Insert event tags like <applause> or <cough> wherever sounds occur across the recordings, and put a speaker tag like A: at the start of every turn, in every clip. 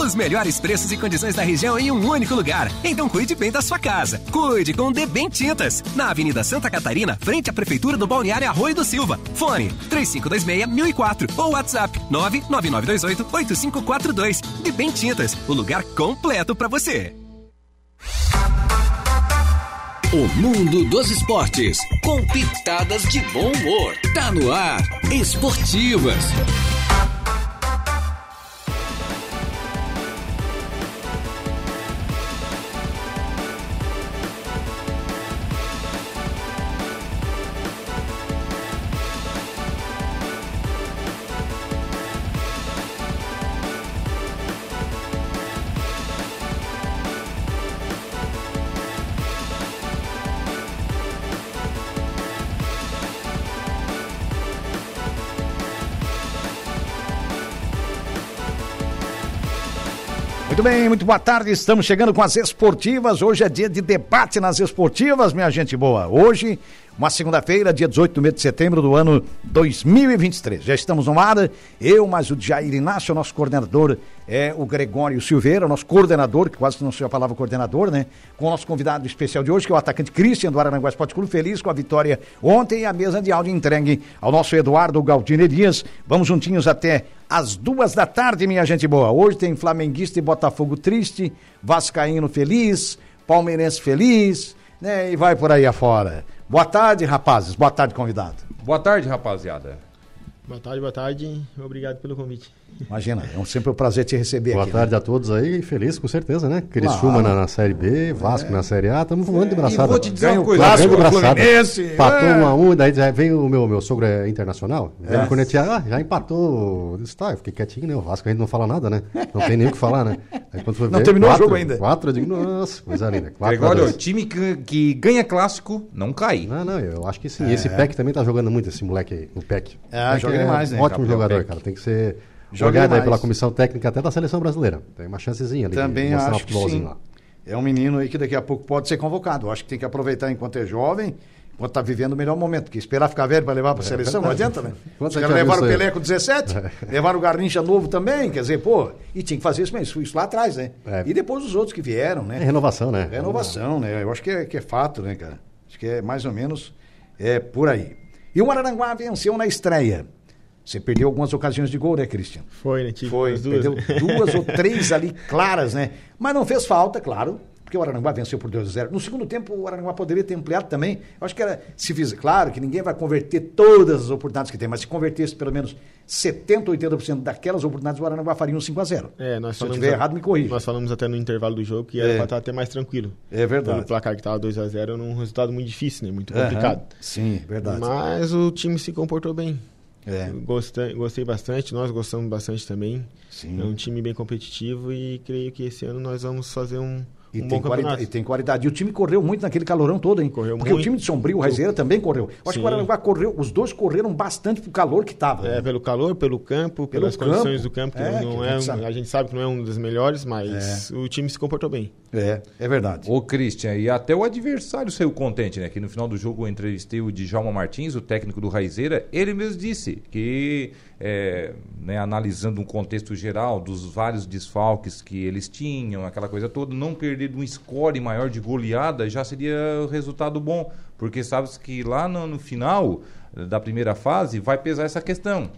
A: Os melhores preços e condições da região em um único lugar. Então cuide bem da sua casa. Cuide com o Debem Tintas. Na Avenida Santa Catarina, frente à Prefeitura do Balneário Arroio do Silva. Fone 3526-1004 ou WhatsApp 99928-8542. Debem Tintas, o lugar completo para você.
B: O mundo dos esportes, com pitadas de bom humor. Tá no ar, Esportivas.
C: Muito bem, muito boa tarde. Estamos chegando com as esportivas. Hoje é dia de debate nas esportivas, minha gente boa. Hoje, uma segunda-feira, dia 18 do mês de setembro do ano 2023. Já estamos no ar. Eu, mais o Jair Inácio, nosso coordenador é o Gregório Silveira, nosso coordenador, que quase não sei a palavra coordenador, né? Com o nosso convidado especial de hoje, que é o atacante Christian do Araranguá Esporte Clube. Feliz com a vitória ontem e a mesa de áudio entregue ao nosso Eduardo Galdino Elias. Vamos juntinhos até às duas da tarde, minha gente boa. Hoje tem Flamenguista e Botafogo triste, Vascaíno feliz, Palmeirense feliz, né? E vai por aí afora. Boa tarde, rapazes. Boa tarde, convidado.
D: Boa tarde, rapaziada.
E: Boa tarde, boa tarde. Obrigado pelo convite.
C: Imagina, é um sempre um prazer te receber
F: Boa
C: aqui. né?
F: tarde a todos aí, feliz com certeza, né? Criciúma na, na Série B, Vasco na Série A, estamos voando de braçada.
C: É. né? vou te dizer uma
F: Ganha o
C: coisa,
F: Clássico,
C: Vasco,
F: ganha o
C: Fluminense, é.
F: Empatou um a um, daí já vem o meu, meu sogro é internacional, é. quando ele tinha, ah, já empatou, eu disse, tá, eu fiquei quietinho, né? O Vasco ainda não fala nada, né? Não tem nem o que falar, né? Aí quando foi
C: Não
F: ver,
C: terminou o
F: quatro,
C: jogo ainda.
F: Quatro, eu digo, nossa, coisa linda, quatro a
D: Gregório,
F: dois.
D: time que, que ganha clássico não cai.
F: Não, não, eu acho que sim. Esse PEC também tá jogando muito, esse moleque aí, o PEC.
C: É,
F: PEC
C: joga demais, né?
F: Ótimo
D: Gabriel
F: jogador,
D: Peck.
F: cara. Tem que ser
C: Joga
F: jogado aí
C: demais.
F: pela comissão técnica até da seleção brasileira. Tem uma chancezinha ali. de
C: Também
F: mostrar um
C: acho que
F: futebolzinho
C: sim.
F: lá.
C: É um menino aí que daqui a pouco pode ser convocado. Eu acho que tem que aproveitar enquanto é jovem, enquanto está vivendo o melhor momento. Porque esperar ficar velho para levar para a seleção não adianta,
F: <laughs>
C: né?
F: Quantos
C: Os
F: é que
C: caras
F: já viu
C: levaram o
F: isso aí? É.
C: Pelé com 17, levaram o Garrincha novo também, quer dizer, pô, e tinha que fazer isso, mesmo, isso lá atrás, né?
F: É.
C: E depois os outros que vieram, né?
F: É renovação, né?
C: Renovação, né? Eu acho que é, que é fato, né, cara? Acho que é mais ou menos é, por aí. E o Araranguá venceu na estreia. Você perdeu algumas ocasiões de gol, né, Cristian?
E: Foi, né? Tive
C: Foi,
E: as duas.
C: perdeu
E: <laughs>
C: duas ou três ali claras, né? Mas não fez falta, claro, porque o Araranguá venceu por 2 a 0. No segundo tempo, o Araranguá poderia ter ampliado também. Eu acho que era, se fiz, claro, que ninguém vai converter todas as oportunidades que tem, mas se convertesse pelo menos 70%, 80% daquelas oportunidades, o Araranguá faria um 5 a 0.
E: É, nós
C: se eu
E: falamos
C: tiver
E: a-
C: errado, me corrija.
E: Nós falamos até no intervalo do jogo que
C: É.
E: era pra estar até mais tranquilo.
C: É verdade.
E: Pelo placar que tava 2x0, era um resultado muito difícil, né? Muito
C: Aham.
E: complicado.
C: Sim, verdade.
E: Mas o time se comportou bem.
C: É.
E: Eu Gostei, gostei bastante, nós gostamos bastante também.
C: Sim.
E: É um time bem competitivo e creio que esse ano nós vamos fazer um,
C: E,
E: um
C: tem
E: bom campeonato.
C: qualidade, e tem qualidade. E o time correu muito naquele calorão todo, hein?
E: Correu
C: Porque o
E: muito.
C: time de Sombrio, o Raizeira também correu. Eu Acho que o
E: Sim.
C: Araranguá correu, os dois correram bastante pro calor que tava.
E: É,
C: né?
E: pelo calor, pelo campo, pelas
C: campo.
E: condições do campo, que
C: É,
E: não
C: que a
E: é,
C: gente sabe.
E: a gente sabe que não é um dos melhores, mas o time se comportou bem.
C: é, é verdade.
D: Ô, Christian, e até o adversário saiu contente, né? Que no final do jogo eu entrevistei o Djalma Martins, o técnico do Raizeira. Ele mesmo disse que, é, né, analisando um contexto geral dos vários desfalques que eles tinham, aquela coisa toda, não perder um score maior de goleada já seria resultado bom. Porque sabes que lá no, no final da primeira fase vai pesar essa questão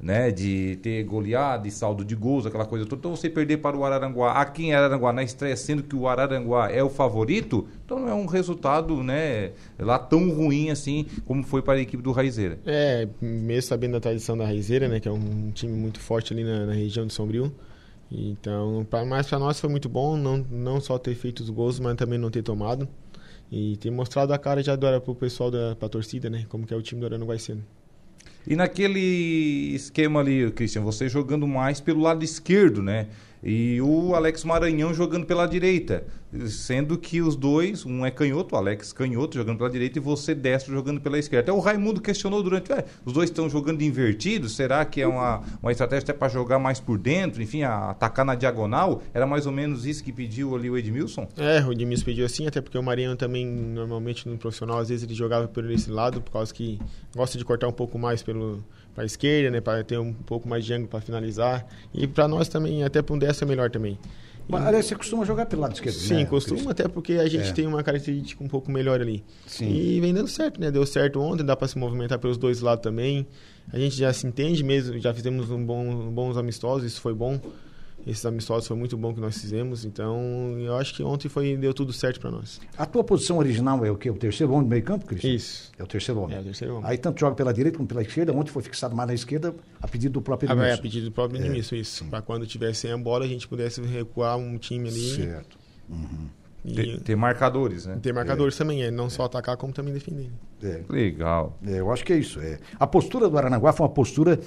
D: né, de ter goleado e saldo de gols, aquela coisa toda. Então você perder para o Araranguá, aqui em Araranguá, na estreia, sendo que o Araranguá é o favorito, então não é um resultado, né, lá tão ruim assim como foi para a equipe do Raizeira.
E: É, mesmo sabendo da tradição da Raizeira, né, que é um time muito forte ali na, na região de Sombrio. Então, pra, mas para nós foi muito bom não, não só ter feito os gols, mas também não ter tomado. E ter mostrado a cara já do Ara- pro pessoal da pra torcida, né? Como que é o time do Arano vai sendo.
D: E naquele esquema ali, Christian, você jogando mais pelo lado esquerdo, né? E o Alex Maranhão jogando pela direita. Sendo que os dois, um é canhoto, o Alex canhoto jogando pela direita e você destro jogando pela esquerda. Até o Raimundo questionou durante. "Ué, os dois estão jogando invertidos? Será que é uma, uma estratégia até para jogar mais por dentro? Enfim, a- atacar na diagonal? Era mais ou menos isso que pediu ali o Edmilson?
E: É, o Edmilson pediu assim, até porque o Mariano também, normalmente no profissional, às vezes ele jogava por esse lado, por causa que gosta de cortar um pouco mais pelo, para esquerda, né, para ter um pouco mais de ângulo para finalizar. E para nós também, até para um dessa é melhor também.
C: Mas, aliás, você costuma jogar pelo lado esquerdo,
E: Sim,
C: né,
E: costuma, até porque a gente
C: É.
E: tem uma característica um pouco melhor ali.
C: Sim.
E: E vem dando certo, né? Deu certo ontem, dá para se movimentar pelos dois lados também. A gente já se entende mesmo, já fizemos um bom, bons amistosos, isso foi bom. Esses amistosos foi muito bom que nós fizemos, então eu acho que ontem foi deu tudo certo para nós.
C: A tua posição original é o quê? O terceiro homem do meio campo, Cristian?
E: Isso.
C: É o terceiro homem.
E: É, o terceiro homem.
C: Aí tanto joga pela direita como pela esquerda. Ontem foi fixado mais na esquerda a pedido do próprio
E: Ah, vai, a
C: Edmilson.
E: pedido do próprio Edmilson, isso. Para quando tivesse sem a bola, a gente pudesse recuar um time ali
C: Certo.
E: e
D: Tem, tem marcadores, né?
E: ter marcadores também, é, não só atacar como também defender.
C: É,
D: Legal.
C: É, eu acho que é isso. é. A postura do Aranaguá foi uma postura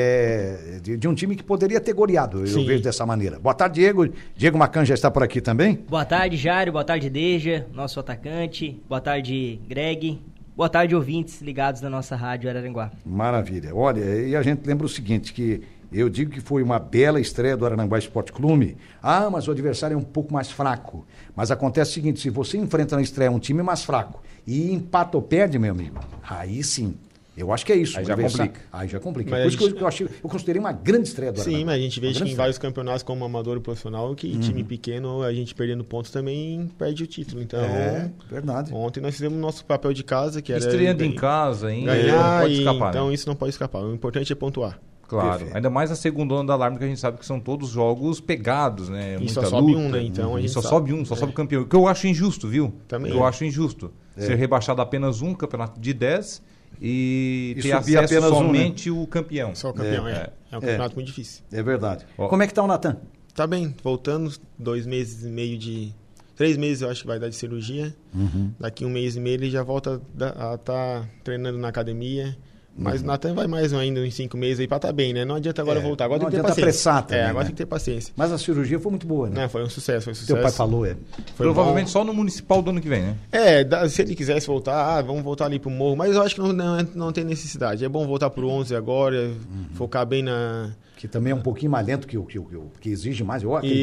C: é, de, de um time que poderia ter goleado, eu
E: Sim.
C: vejo dessa maneira. Boa tarde, Diego. Diego Macan já está por aqui também.
G: Boa tarde, Jário. Boa tarde, Deja, nosso atacante. Boa tarde, Greg. Boa tarde, ouvintes ligados na nossa rádio Araranguá.
C: Maravilha. Olha, e a gente lembra o seguinte, que eu digo que foi uma bela estreia do Araranguá Esporte Clube. Ah, mas o adversário é um pouco mais fraco. Mas acontece o seguinte, se você enfrenta na estreia um time mais fraco e empata ou perde, meu amigo, aí sim. Eu acho que é isso.
D: Aí
C: o
D: já
C: adversário-
D: complica.
C: Aí já complica.
E: Mas
C: Por
E: a
C: isso que eu-
E: gente-
C: eu, achei, eu considerei uma grande estreia do Araranguá.
E: Sim, mas a gente
C: Uma
E: vê que
C: grande
E: em vários campeonatos, como amador e profissional, que time pequeno, a gente perdendo pontos também perde o título. Então,
C: É, verdade.
E: ontem nós fizemos nosso papel de casa, que era
D: Estreando em
E: ganhar-
D: casa, ainda não
E: ganhar,
D: pode
E: e
D: escapar,
E: então
D: né?
E: isso não pode escapar. O importante é pontuar.
D: Claro.
C: Perfeito.
D: Ainda mais a segunda onda da alarme, que a gente sabe que são todos jogos pegados, né?
E: E
D: Muita
E: só sobe
D: luta.
E: um, né? Então a
D: E
E: gente
D: só
E: sabe.
D: sobe um, só sobe campeão. O que eu acho injusto, viu?
E: Também. é.
D: Eu acho injusto. Ser rebaixado apenas um campeonato de 10 e,
C: E
D: ter
C: subir
D: acesso
C: apenas um,
D: somente o campeão.
E: né? Só o campeão, é. É, um campeonato muito difícil.
C: É verdade.
D: Ó.
C: Como é que tá o Natan?
E: Tá bem, voltando, dois meses e meio de. Três meses eu acho que vai dar de cirurgia.
C: Uhum.
E: Daqui um mês e meio ele já volta da- a estar treinando na academia. Mas o Natan vai mais um ainda uns cinco meses aí pra estar bem, né? Não adianta agora
C: Uhum. É,
E: voltar. Agora
C: não
E: tem que ter
C: adianta
E: paciência.
C: apressar também,
E: é, agora
C: né?
E: tem que ter paciência.
C: Mas a cirurgia foi muito boa, né?
E: Não, foi um sucesso, foi um sucesso.
C: Teu pai falou, é.
E: Foi
D: Provavelmente
E: bom.
D: só no municipal do ano que vem, né?
E: É, dá- se ele quisesse voltar, ah, vamos voltar ali pro morro. Mas eu acho que não, não, não tem necessidade. É bom voltar pro 11 agora,
C: Uhum.
E: focar bem na.
C: Que também é um pouquinho mais lento que o que, o- que, o- que exige mais. Eu acredito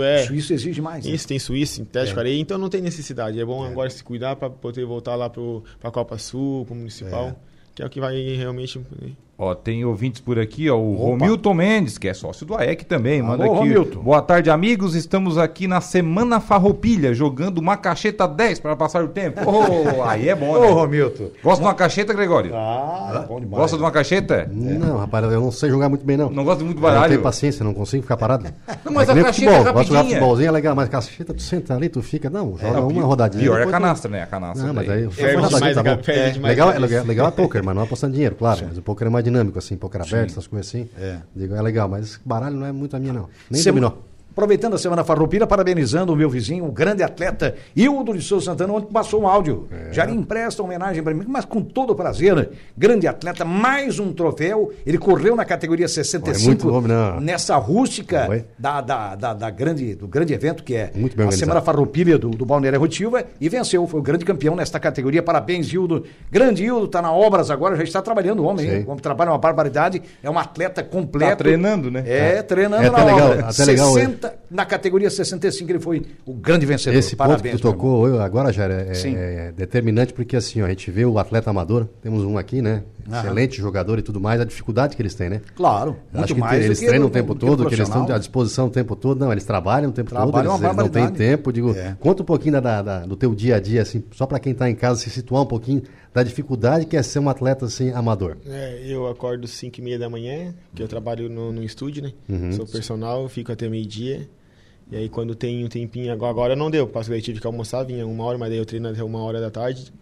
C: que o
E: é.
C: Suíço exige mais. né?
E: Isso, tem Suíça, em teste com areia, então não tem necessidade. É bom agora se cuidar para poder voltar lá para a Copa Sul, pro Municipal, que é o que vai realmente. né?
D: Ó, tem ouvintes por aqui, ó, o Romilton Mendes, que é sócio do AEC também, manda
C: Alô,
D: aqui.
C: Romilton.
D: Boa tarde, amigos. Estamos aqui na Semana Farroupilha, jogando uma cacheta 10 para passar o
E: <laughs>
D: tempo. Ô, aí é bom,
C: Ô,
D: né?
C: Romilton.
D: Gosta de uma cacheta, Gregório?
C: Ah, é bom demais.
D: Gosta de uma cacheta?
F: É. Não, rapaz, eu não sei jogar muito bem, não.
D: Não gosta muito de
F: Eu Não
D: baralho?
F: tenho paciência, não consigo ficar parado.
D: Não, <laughs> mas
F: que
D: a
F: nem
D: caixinha é
F: Gosto de jogar
D: rapidinha.
F: futebolzinho, é legal, mas cacheta, tu senta ali, tu fica, não, joga uma rodadinha.
D: Pior é a
F: depois tu-
D: canastra, né? A canastra.
F: Não, mas
D: daí.
F: aí
E: É, Perde
F: uma rodadinha
E: demais,
F: tá bom.
E: cara, perde demais,
F: legal,
E: cara.
F: legal, legal é pôquer, mas não apostando
E: <laughs>
F: dinheiro, claro. Mas o pôquer é mais dinâmico, assim, pôquer aberto, essas coisas assim.
C: É.
F: Digo, é legal, mas baralho não é muito a minha, não. Nem
C: Sema-
F: dominó.
C: Aproveitando a Semana Farroupilha, parabenizando o meu vizinho, o grande atleta Hildo de Souza Santana, ontem passou um áudio.
F: É.
C: Já lhe empresta uma homenagem para mim, mas com todo o prazer. né? Grande atleta, mais um troféu. Ele correu na categoria 65
F: Olha, é muito nome, né?
C: nessa rústica
F: Foi.
C: da, da, da, da grande, do grande evento que é
F: Muito bem
C: a
F: organizado.
C: Semana Farroupilha do, do Balneário Rotiva e venceu. Foi o grande campeão nesta categoria. Parabéns, Hildo. Grande Hildo, está na obras agora, já está trabalhando o homem.
F: Sim.
C: hein? O homem trabalha uma barbaridade, é um atleta completo.
D: Tá treinando, né?
C: É, treinando
F: É até
C: na
F: legal,
C: obra.
F: até legal, é.
C: 60, na categoria 65 ele foi o grande vencedor.
F: Esse ponto que tu
C: meu irmão.
F: tocou eu- agora já é,
C: Sim.
F: é determinante porque assim, ó, a gente vê o atleta amador, temos um aqui, né? Excelente jogador e tudo mais, a dificuldade que eles têm, né?
C: Claro,
F: Acho
C: muito
F: que
C: mais do
F: eles
C: que
F: treinam
C: do-
F: o tempo
C: do
F: todo, que eles
C: profissional.
F: estão à disposição o tempo todo. Não, eles trabalham o tempo todo,
C: Trabalham
F: eles,
C: uma
F: eles não têm
C: barbaridade.
F: tempo. Digo,
C: É.
F: conta um pouquinho da- da- da- do teu dia a dia, assim, só para quem está em casa se situar um pouquinho da dificuldade que é ser um atleta assim amador.
E: É, eu acordo 5 e meia da manhã, porque eu trabalho no, no estúdio, né? Sou personal, fico até meio-dia. E aí quando tem um tempinho, agora, agora não deu, porque daí tive que almoçar, vinha uma hora, mas daí eu treino até uma hora da tarde.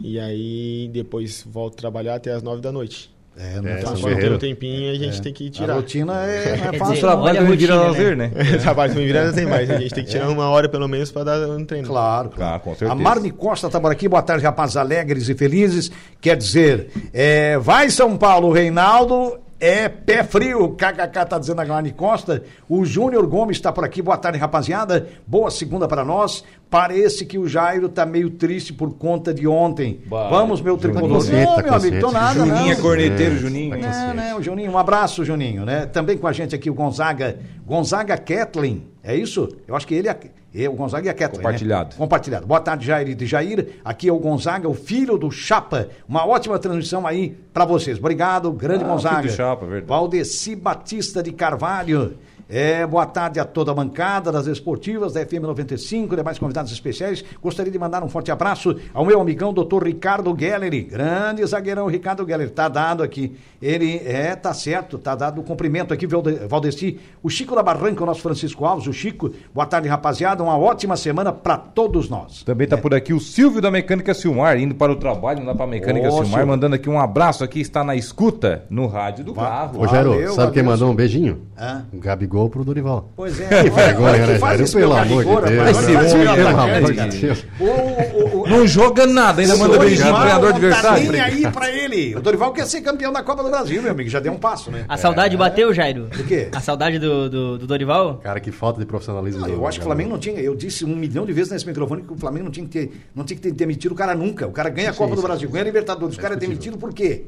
E: E aí depois volto a trabalhar até as 9 da noite.
C: É, não
F: É,
C: tá
E: Então
F: são
E: quando tem um
F: guerreiros.
E: tempinho a gente tem que
C: A
E: tirar.
C: rotina é, não é
G: Quer
C: fácil.
D: Tá
G: dizer, olha a
D: um Trabalho vira
G: rotina,
D: lazer, né?
E: Trabalho com virada tem mais, a gente tem que tirar uma hora pelo menos para dar um treino.
C: Claro,
D: Claro, com certeza.
C: A Marne Costa está por aqui. Boa tarde, rapazes alegres e felizes. Quer dizer, é, vai São Paulo, Reinaldo. É pé frio, KKK tá dizendo a Marne Costa. O Júnior Gomes está por aqui. Boa tarde, rapaziada. Boa segunda para nós. Parece que o Jairo tá meio triste por conta de ontem. Vamos, meu tricolor.
F: consciente,
C: Não,
F: tá
C: meu amigo, tô
F: consciente.
C: nada, não. Tá
D: Juninho é corneteiro,
F: É,
D: Juninho. hein?
C: Né, Não, não, o Juninho, um abraço, Juninho, né? Também com a gente aqui o Gonzaga, Gonzaga Ketlin, É isso? Eu acho que ele, e a- e o Gonzaga e a Kathleen. né?
D: Compartilhado.
C: Compartilhado. Boa tarde, Jair e de Jair. Aqui é o Gonzaga, o filho do Chapa. Uma ótima transmissão aí pra vocês. Obrigado, grande
D: Ah,
C: Gonzaga.
D: filho do Chapa, verdade.
C: Valdeci Batista de Carvalho. É, boa tarde a toda a bancada das esportivas da FM 95, demais convidados especiais. Gostaria de mandar um forte abraço ao meu amigão doutor Ricardo Gelleri, grande zagueirão Ricardo Gelleri, tá dado aqui. Ele é, tá certo, tá dado o cumprimento aqui, Valde- Valdeci. O Chico da Barranca, o nosso Francisco Alves, o Chico. Boa tarde, rapaziada, uma ótima semana pra todos nós.
D: Também tá por aqui o Silvio da Mecânica Silmar, indo para o trabalho lá para a Mecânica
C: Ô,
D: Silmar,
C: Silvio.
D: mandando aqui um abraço aqui, está na escuta no rádio do
C: Va-
D: carro.
F: Ô, Jairo,
C: Valeu,
F: sabe quem
C: adeus.
F: mandou um beijinho?
C: Hã?
F: O Gabigol pro Dorival.
C: Pois é, olha,
F: vergonha,
C: olha que
F: né,
C: faz
F: Jairo?
C: esse meu
F: Pelo amor de
C: Gabigol,
F: Deus.
C: rapaz,
D: Esse
C: olha,
D: homem,
C: olha,
D: pelo
C: olha,
D: amor de
C: cara.
F: Deus.
C: O- o- o-
D: Não joga nada, ainda manda beijinho pro
C: Dorival
D: treinador
C: não tá
D: adversário.
C: nem aí pra ele. O Dorival quer ser campeão da Copa do Brasil, meu amigo. Já deu um passo, né?
G: A saudade bateu, Jairo? Do
C: quê?
G: A saudade do, do, do Dorival?
F: Cara, que falta de profissionalismo.
C: Ah, eu acho que o Flamengo não tinha. Eu disse um milhão de vezes nesse microfone que o Flamengo não tinha que ter, não tinha que ter demitido o cara nunca. O cara ganha a Copa do Brasil, ganha a Libertadores. O cara é demitido por quê?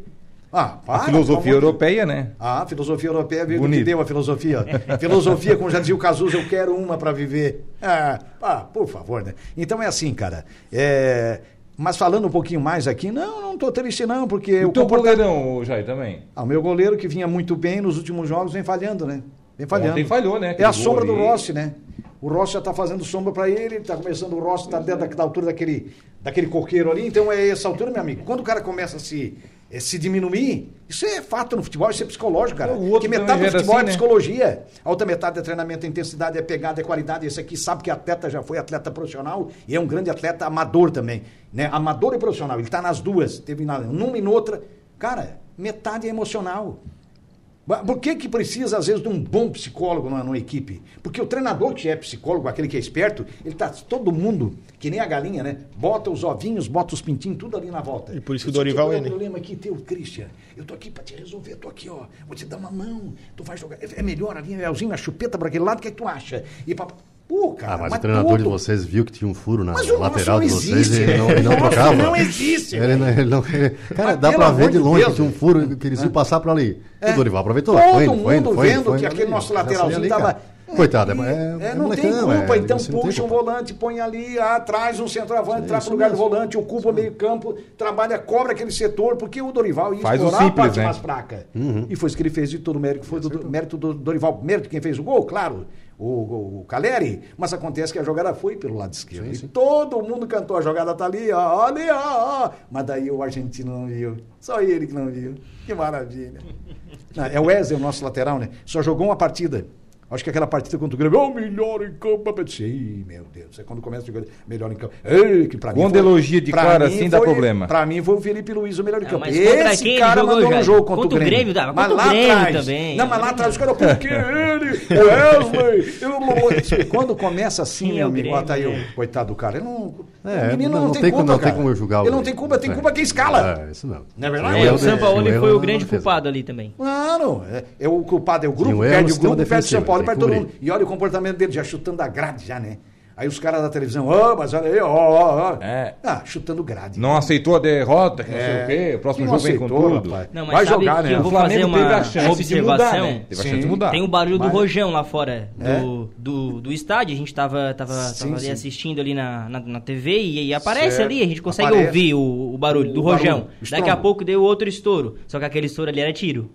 C: Ah, para,
D: A filosofia
C: pelo amor de-
D: europeia, né?
C: Ah, a filosofia europeia veio do que
D: Bonito.
C: deu a filosofia. filosofia, como já dizia o Cazuza, eu quero uma pra viver. Ah, ah, por favor, né? Então é assim, cara. É, Mas falando um pouquinho mais aqui, não, não tô triste não, porque
D: E o
C: o
D: teu
C: comportamento
D: goleirão, ô, Jair, também.
C: Ah, o meu goleiro que vinha muito bem nos últimos jogos vem falhando, né? Vem falhando.
D: Ontem falhou, né?
C: É a
D: Aquele
C: sombra
D: gol
C: do
D: ali.
C: Rossi, né? O Rossi já tá fazendo sombra para ele, tá começando o Rossi, tá
D: é.
C: dentro da, da altura daquele, daquele coqueiro ali. Então é essa altura, meu amigo. Quando o cara começa a se, eh, se diminuir, isso é fato no futebol, isso é psicológico, cara.
D: O outro
C: Porque metade
D: também
C: do
D: era
C: futebol
D: assim,
C: é
D: né?
C: psicologia. A outra metade é treinamento, é intensidade, é pegada, é qualidade. Esse aqui sabe que é atleta já foi atleta profissional e é um grande atleta amador também. Né? Amador e profissional. Ele tá nas duas, teve na, numa e noutra. Cara, metade é emocional. Ba- Por que, que precisa, às vezes, de um bom psicólogo na, numa equipe? Porque o treinador que é psicólogo, aquele que é esperto, ele tá todo mundo, que nem a galinha, né? Bota os ovinhos, bota os pintinhos, tudo ali na volta.
E: E por isso que o
C: Esse aqui
E: Dorival
C: é
E: é,
C: o
E: né?
C: problema aqui teu, Christian. Eu tô aqui pra te resolver, eu tô aqui, ó. Vou te dar uma mão, tu vai jogar. É melhor ali, Elzinho, a chupeta pra aquele lado, o que, é que tu acha? E pra... Pô, cara,
F: Ah, mas, o treinador
C: tudo-
F: de vocês viu que tinha um furo na
C: Mas o
F: lateral
C: nosso não
F: de vocês
C: existe,
F: e não, e não
C: né? O nosso
F: trocava.
C: não existe,
F: Ele não- ele não- ele- Cara,
C: Mas
F: dá
C: pelo
F: pra
C: amor
F: ver de
C: de
F: longe
C: Deus, É.
F: que tinha um furo que eles iam passar pra ali. O Dorival aproveitou.
C: Todo
F: foi, indo,
C: mundo
F: foi, indo, foi, indo,
C: vendo
F: foi,
C: que
F: indo,
C: aquele
F: ali,
C: nosso
F: já saiu
C: lateralzinho
F: ali,
C: tava-
F: cara. Coitado, é, é,
C: É, não tem
F: molecão,
C: culpa,
F: é,
C: então
F: você não tem
C: puxa um
F: culpa. É,
C: volante, põe ali, ah, traz um centroavante, traz
F: isso
C: pro lugar do
F: mesmo.
C: volante, ocupa o meio-campo, trabalha, cobra aquele setor, porque o Dorival ia
D: Faz o
C: explorar
D: simples,
C: a parte
D: né?
C: mais fraca.
F: Uhum.
C: E foi isso que ele fez, e todo o mérito foi do, do- mérito do Dorival. Mérito quem fez o gol, claro, o, o, o Caleri, mas acontece que a jogada foi pelo lado esquerdo. E todo mundo cantou, a jogada tá ali, ó, ali, ó, ó. Mas daí o argentino não viu, só ele que não viu. Que maravilha. Não, é o Wesley, o nosso lateral, né? Só jogou uma partida. Acho que aquela partida contra o Grêmio, é o melhor em campo. Eu disse, Ei, meu Deus, é quando começa a jogar melhor em campo. Ei, que pra mim
D: Quando
C: foi-
D: elogia de
C: pra
D: cara
C: mim
D: assim dá
C: foi-
D: problema.
C: Pra mim foi o Felipe Luiz o melhor em
G: Ah,
C: campo.
G: mas contra quem
C: Esse
G: ele
C: cara
G: jogou,
C: mandou um
G: Jair?
C: jogo contra,
G: Contra o
C: o Grêmio.
G: Grêmio, dá, mas
C: mas
G: contra o
C: lá
G: Grêmio
C: atrás.
G: também. né?
C: Não, mas lá atrás os caras, por que ele? É Wesley! Eu,
G: <laughs>
C: eu, quando começa assim,
G: Sim, é
C: meu
G: o
C: amigo,
G: Grêmio,
C: ó, tá aí
G: né?
C: o coitado do cara. Ele não,
F: É,
C: o menino
F: não,
C: não, tem, culpa,
F: como, não
C: cara.
F: tem como eu julgar o
C: Ele não
F: Grêmio.
C: tem culpa, tem
F: É.
C: culpa quem escala.
F: É, isso não.
C: Não é verdade?
F: Tem um
G: É,
F: erro
G: o
F: de-
G: Sampaoli
F: um erro
G: foi o
F: na- na
G: grande
F: defesa.
G: culpado ali também.
C: Mano, é, é o culpado é o grupo,
F: Sim, o erro no
C: perde o grupo, perde
F: sistema
C: o São
F: defensivo,
C: Paulo,
F: tem
C: perde
F: que
C: todo mundo.
F: cobrir.
C: E olha o comportamento dele, já chutando a grade já, né? Aí os caras da televisão, ó, mas olha aí, ó, ó, ó.
D: É.
C: Ah, chutando grade.
D: Não aceitou a derrota, que É. não sei o quê. O próximo
C: Que
D: jogo
C: não
D: vem com
C: aceitou,
D: tudo.
C: rapaz.
G: Não, mas
C: Vai
G: sabe
C: jogar,
G: que
C: né?
G: eu vou
D: O Flamengo
G: fazer
D: teve
G: uma
D: a chance de
G: observação.
D: mudar, né? Teve a chance de
C: Sim.
D: mudar.
G: Tem um o barulho
C: Mas-
G: do rojão lá fora do,
C: É?
G: do, do estádio. A gente tava, tava, tava
C: Sim,
G: ali
C: sim.
G: assistindo ali na, na, na TV e, e aparece
C: Certo.
G: ali, a gente consegue
C: Aparece.
G: ouvir o, o barulho do
C: O
G: rojão.
C: barulho, o
G: Daqui a
C: estrondo.
G: pouco deu outro estouro. Só que aquele estouro ali era tiro.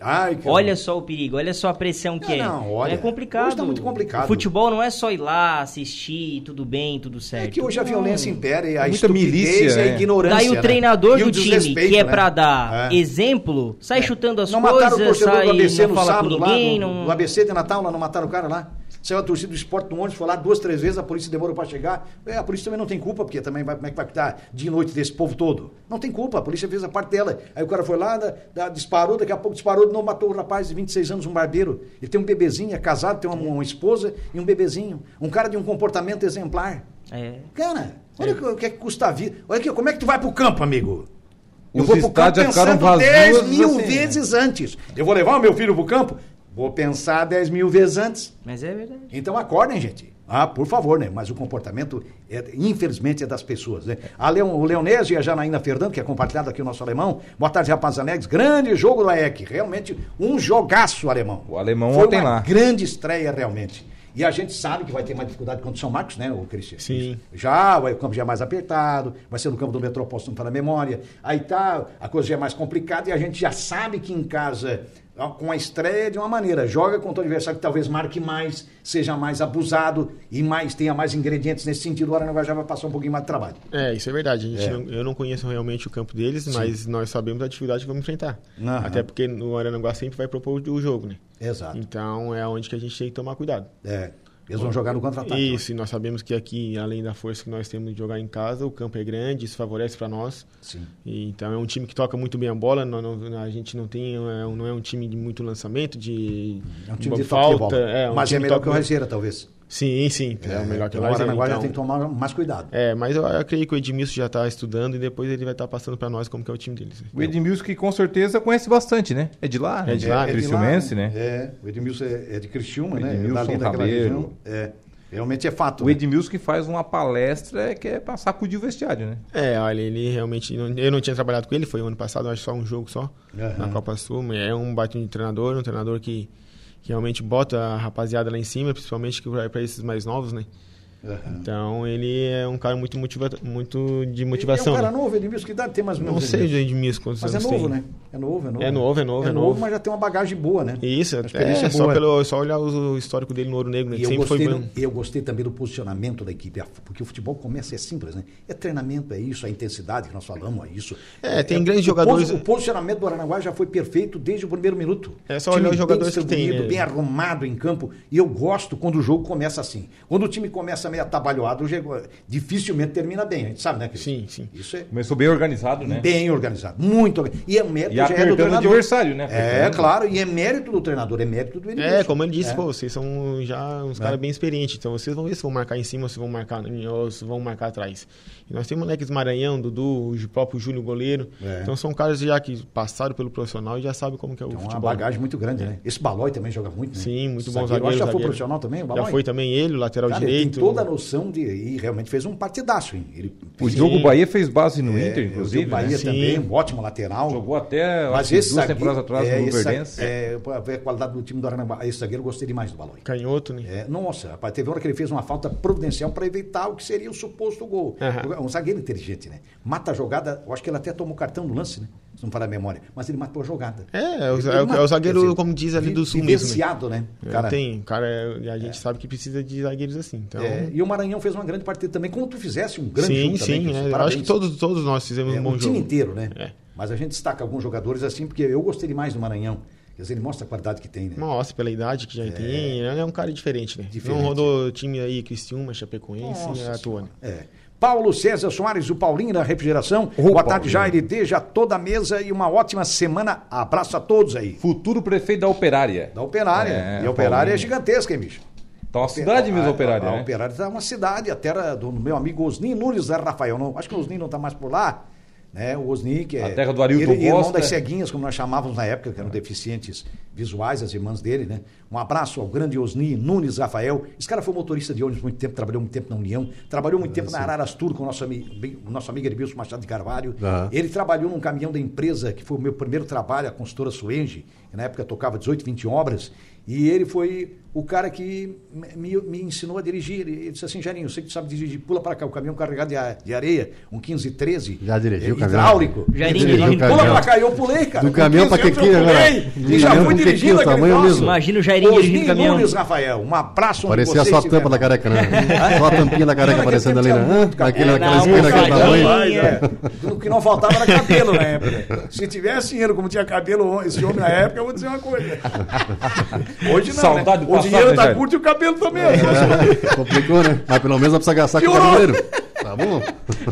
C: Ai, que-
G: Olha só o perigo, olha só a pressão que
C: Não,
G: é.
C: não, olha,
G: é complicado.
C: hoje tá muito complicado.
G: O futebol não é só ir lá, assistir, tudo bem, tudo certo.
C: É que hoje a
G: Não.
C: violência impera e a
D: Muita
C: estupidez
D: milícia,
C: e a
F: é.
D: né?
C: ignorância.
G: Daí
C: né?
G: o treinador
C: E o
G: do time,
C: desrespeito,
G: que é
C: né?
G: pra dar
C: É.
G: exemplo, sai chutando as
C: não mataram o
G: coisas,
C: torcedor
G: sai
C: do ABC
G: não
C: no
G: fala com
C: sábado lá,
G: ninguém,
C: no,
G: não...
C: no ABC de Natal, lá não mataram o cara lá. Saiu a torcida do esporte no ônibus, foi lá duas, três vezes, a polícia demorou pra chegar. É, a polícia também não tem culpa, porque também vai, como é que vai cuidar de noite desse povo todo? Não tem culpa, a polícia fez a parte dela. Aí o cara foi lá, da- da- disparou, daqui a pouco disparou, não matou o rapaz de 26 anos, um barbeiro. Ele tem um bebezinho, é casado, tem uma, uma esposa e um bebezinho. Um cara de um comportamento exemplar.
G: É.
C: Cara, olha o que- o que é que custa a vida. Olha aqui, como é que tu vai pro campo, amigo?
D: Os estádios já ficaram vazios,
C: 10 mil
D: assim, né?
C: vezes antes. Eu vou levar o meu filho pro campo? Vou pensar 10 mil vezes antes.
G: Mas é verdade.
C: Então acordem, gente. Ah, por favor, né? Mas o comportamento, é, infelizmente, é das pessoas, né? A Leon, o Leonese e a Janaína Fernando, que é compartilhado aqui o nosso alemão. Boa tarde, rapaz Alex. Grande jogo do AEC. Realmente, um jogaço alemão.
D: O alemão
C: Foi
D: ontem
C: uma
D: lá.
C: grande estreia, realmente. E a gente sabe que vai ter mais dificuldade contra o São Marcos, né, o Cristiano?
E: Sim.
C: Já, vai- o campo já é mais apertado, vai ser no campo do Metropolitano para a memória. Aí tá, a coisa já é mais complicada e a gente já sabe que em casa, ó, com a estreia de uma maneira, joga contra o adversário que talvez marque mais, seja mais abusado e mais tenha mais ingredientes nesse sentido, o Aranaguá já vai passar um pouquinho mais de trabalho.
E: É, isso é verdade. A gente não- eu não conheço realmente o campo deles, mas nós sabemos a dificuldade que vamos enfrentar.
C: Aham.
E: Até porque o Aranaguá sempre vai propor o jogo, né?
C: Exato.
E: Então é onde que a gente tem que tomar cuidado.
C: É. Eles vão jogar no contra-ataque.
E: Isso, e nós sabemos que aqui, além da força que nós temos de jogar em casa, o campo é grande, isso favorece para nós.
C: Sim.
E: E, então é um time que toca muito bem a bola, nós não- a gente não tem, é, um- não é um time de muito lançamento, de,
C: É um time
E: de
C: de falta,
E: é, um
C: mas é
E: time
C: melhor
E: toca
C: que o
E: muito-
C: Raizeira, talvez.
E: Sim, sim, é, o melhor que o
C: Então,
E: Raizeira,
C: Aranaguá já
E: então.
C: tem que tomar mais cuidado.
E: É, mas eu, eu creio que o Edmilson já está estudando e depois ele vai estar passando para nós como que é o time deles. né?
D: O Edmilson que com certeza conhece bastante, né? É de lá, né?
E: É de lá,
D: É
E: é
C: de lá,
D: Criciúmense, né?
C: É, o Edmilson é, é de Criciúma, né?
D: Edmilson
C: É dali daquela
D: Rabeiro.
C: região. É, realmente é fato.
D: O
C: né?
D: Edmilson que faz uma palestra que é pra sacudir o vestiário, né?
E: É, olha, ele realmente. não- Eu não tinha trabalhado com ele, foi o ano passado, eu acho só um jogo só,
C: Aham.
E: na Copa Sul. mas É um baita de treinador, um treinador que, que realmente bota a rapaziada lá em cima, principalmente para esses mais novos, né?
C: Aham.
E: Então ele é um cara muito, motiva muito de motivação.
C: É um cara
E: né?
C: novo, Edmilson, que idade tem mais ou
E: não,
C: menos?
E: sei
C: Edmilson?
E: de Edmilson quantos
C: Mas é
E: anos
C: novo,
E: tem.
C: né? É novo, é novo.
E: É novo, é novo, é novo.
C: mas já tem uma bagagem boa, né?
E: E isso,
C: A
E: é,
C: experiência
E: é só,
C: boa.
E: pelo, só olhar o o histórico dele no Ouro Negro, né?
C: E
E: Que
C: eu
E: sempre foi
C: gostei,
E: bom.
C: eu gostei também do posicionamento da equipe, a- porque o futebol começa é simples, né? É treinamento, é isso, a intensidade que nós falamos, é isso.
E: É, tem grandes
C: o
E: jogadores-
C: posi- O posicionamento do Aranaguá já foi perfeito desde o primeiro minuto.
E: É só
C: Time
E: olhar os jogadores que
C: bem distribuído,
E: tem, né?
C: bem arrumado em campo. E eu gosto quando o jogo começa assim. Quando o time começa meio atabalhoado, o jogo dificilmente termina bem, a gente sabe, né? Cris?
E: Sim, sim.
C: Isso é
D: Começou bem organizado, né?
C: bem organizado, muito organizado. E é mérito
D: E
C: já é
D: apertando
C: do
D: o
C: treinador.
D: adversário, né?
C: É,
D: Apertando.
C: claro, e é mérito do treinador, é mérito do Edmilson.
E: É, como ele disse, pô, vocês são já uns
C: Né?
E: caras bem experientes, então vocês vão ver se vão marcar em cima ou se vão marcar, ou se vão marcar atrás. E nós temos moleques Maranhão, Dudu, o próprio Júlio Goleiro.
C: É.
E: Então são caras já que passaram pelo profissional e já sabem como que é o
C: É uma
E: futebol.
C: bagagem muito grande, né? Esse Balói também joga muito, né?
E: Sim, muito bom
C: Zagueiro.
E: zagueiro.
C: Eu acho que já foi
E: zagueiro.
C: profissional também, o Balói.
E: Já foi também ele, o lateral
C: Cara, ele
E: direito.
C: tem toda a noção de... E realmente fez um partidaço, hein? Ele
D: O
C: fez-
D: Diogo Bahia fez base no
C: É,
D: Inter, inclusive.
C: O Bahia
D: né?
C: também,
E: Sim.
C: um ótimo lateral.
D: Jogou até acho
C: Mas
D: que
C: esse
D: duas
C: zagueiro...
D: temporadas atrás
C: é,
D: no
C: esse,
D: Luverdense.
C: é, pra ver a qualidade do time do Aranaguá. Esse zagueiro eu gostei demais do Balói.
E: Canhoto, né?
C: É, nossa, rapaz, teve hora que ele fez uma falta providencial para evitar o que seria o suposto gol.
E: Aham.
C: Um zagueiro inteligente, né? Mata a jogada, eu acho que ele até tomou cartão no lance, né? Se não falar a memória. Mas ele matou a jogada.
E: É, é o,
C: Ele
E: é o- é o
C: matou,
E: zagueiro,
C: quer dizer,
E: como diz ali, do sul mesmo. Né?
C: Vivenciado, né?
E: É,
C: Cara,
E: tem, cara, é, e a gente sabe que precisa de zagueiros assim. Então,
C: é, e o Maranhão fez uma grande partida também, como tu fizesse um grande
E: sim,
C: jogo também.
E: sim.
C: Cristo,
E: é, eu
C: parabéns.
E: acho que todos, todos nós fizemos
C: É,
E: um
C: o
E: bom
C: time
E: jogo.
C: inteiro, né?
E: É.
C: Mas a gente destaca alguns jogadores assim, porque eu gostei demais do Maranhão. Quer dizer, ele mostra a qualidade que tem, né?
E: Nossa, pela idade que já tem, ele é um cara diferente, né?
C: Diferente.
E: Não rodou time aí, Cristiúma, Chapecoense,
C: Nossa
E: à toa, né?
C: É. Paulo César Soares, o Paulinho da Refrigeração. Boa tarde, Jair. Deja toda a mesa e uma ótima semana. Abraço a todos aí.
D: Futuro prefeito da Operária.
C: Da Operária.
D: É,
C: e a Operária
D: Paulinho.
C: é gigantesca, hein, bicho?
D: Tá uma cidade mesmo,
C: a,
D: Operária,
C: A, a
D: né?
C: Operária está uma cidade, a terra do meu amigo Osni Nunes da Rafael. Não, acho que o Osni não está mais por lá. Né? O Osni, que é.
D: A terra do Arilton
C: ele- Irmão
D: Costa.
C: das ceguinhas, como nós chamávamos na época, que eram deficientes visuais, as irmãs dele, né? Um abraço ao grande Osni Nunes Rafael. Esse cara foi motorista de ônibus muito tempo, trabalhou muito tempo na União, trabalhou
F: Ah,
C: muito tempo na Araras Tour com o nosso, ami, bem- o nosso amigo Edmilson Machado de Carvalho.
F: Aham.
C: Ele trabalhou num caminhão da empresa, que foi o meu primeiro trabalho, a consultora Suenge, que na época tocava 18, 20 obras, e ele foi o cara que me- me, me ensinou a dirigir. Ele ele disse assim, Jairinho, eu sei que tu sabe dirigir, pula para cá, o caminhão carregado de, a- de areia, um 1513.
F: Já dirigi
C: é,
F: o caminhão.
C: Hidráulico.
G: Jairinho
F: Dirigiu o
G: dirigindo.
C: Pula
F: caminhão.
C: pra cá, eu pulei, cara.
F: Do caminhão pra
C: 15 anos
F: Quequinha,
C: eu pulei.
F: né? Do
C: E já
F: caminhão
C: fui
F: pro Quequinha,
C: dirigindo
F: o
C: aquele
F: tamanho
C: troço.
F: mesmo.
G: Imagina o Jairinho
C: Osni
G: dirigindo caminhão.
C: Nunes, Rafael, um abraço onde
F: Parecia
C: você
F: só a
C: estiver.
F: tampa da careca, né?
C: <laughs>
F: Só a tampinha da careca
C: Não,
F: aparecendo ali,
C: naquele
F: né?
C: tempo tinha muito
F: Hã?
C: cabelo.
F: Aquele, aquela
G: É,
F: espinha
G: não,
F: daquele
G: não,
F: tamanho.
G: não.
C: Ai, é. O que não faltava era cabelo na época. Se tivesse dinheiro como tinha cabelo esse homem na época, eu vou dizer uma coisa. Hoje não.
D: Saudade
C: né?
D: do
C: O
D: passado,
C: dinheiro
D: né,
C: tá
D: Jair?
C: curto e o cabelo também.
F: É, complicou, né? Mas pelo menos dá pra você gastar com o
C: Piorou. É.
F: cabeleireiro. Tá bom?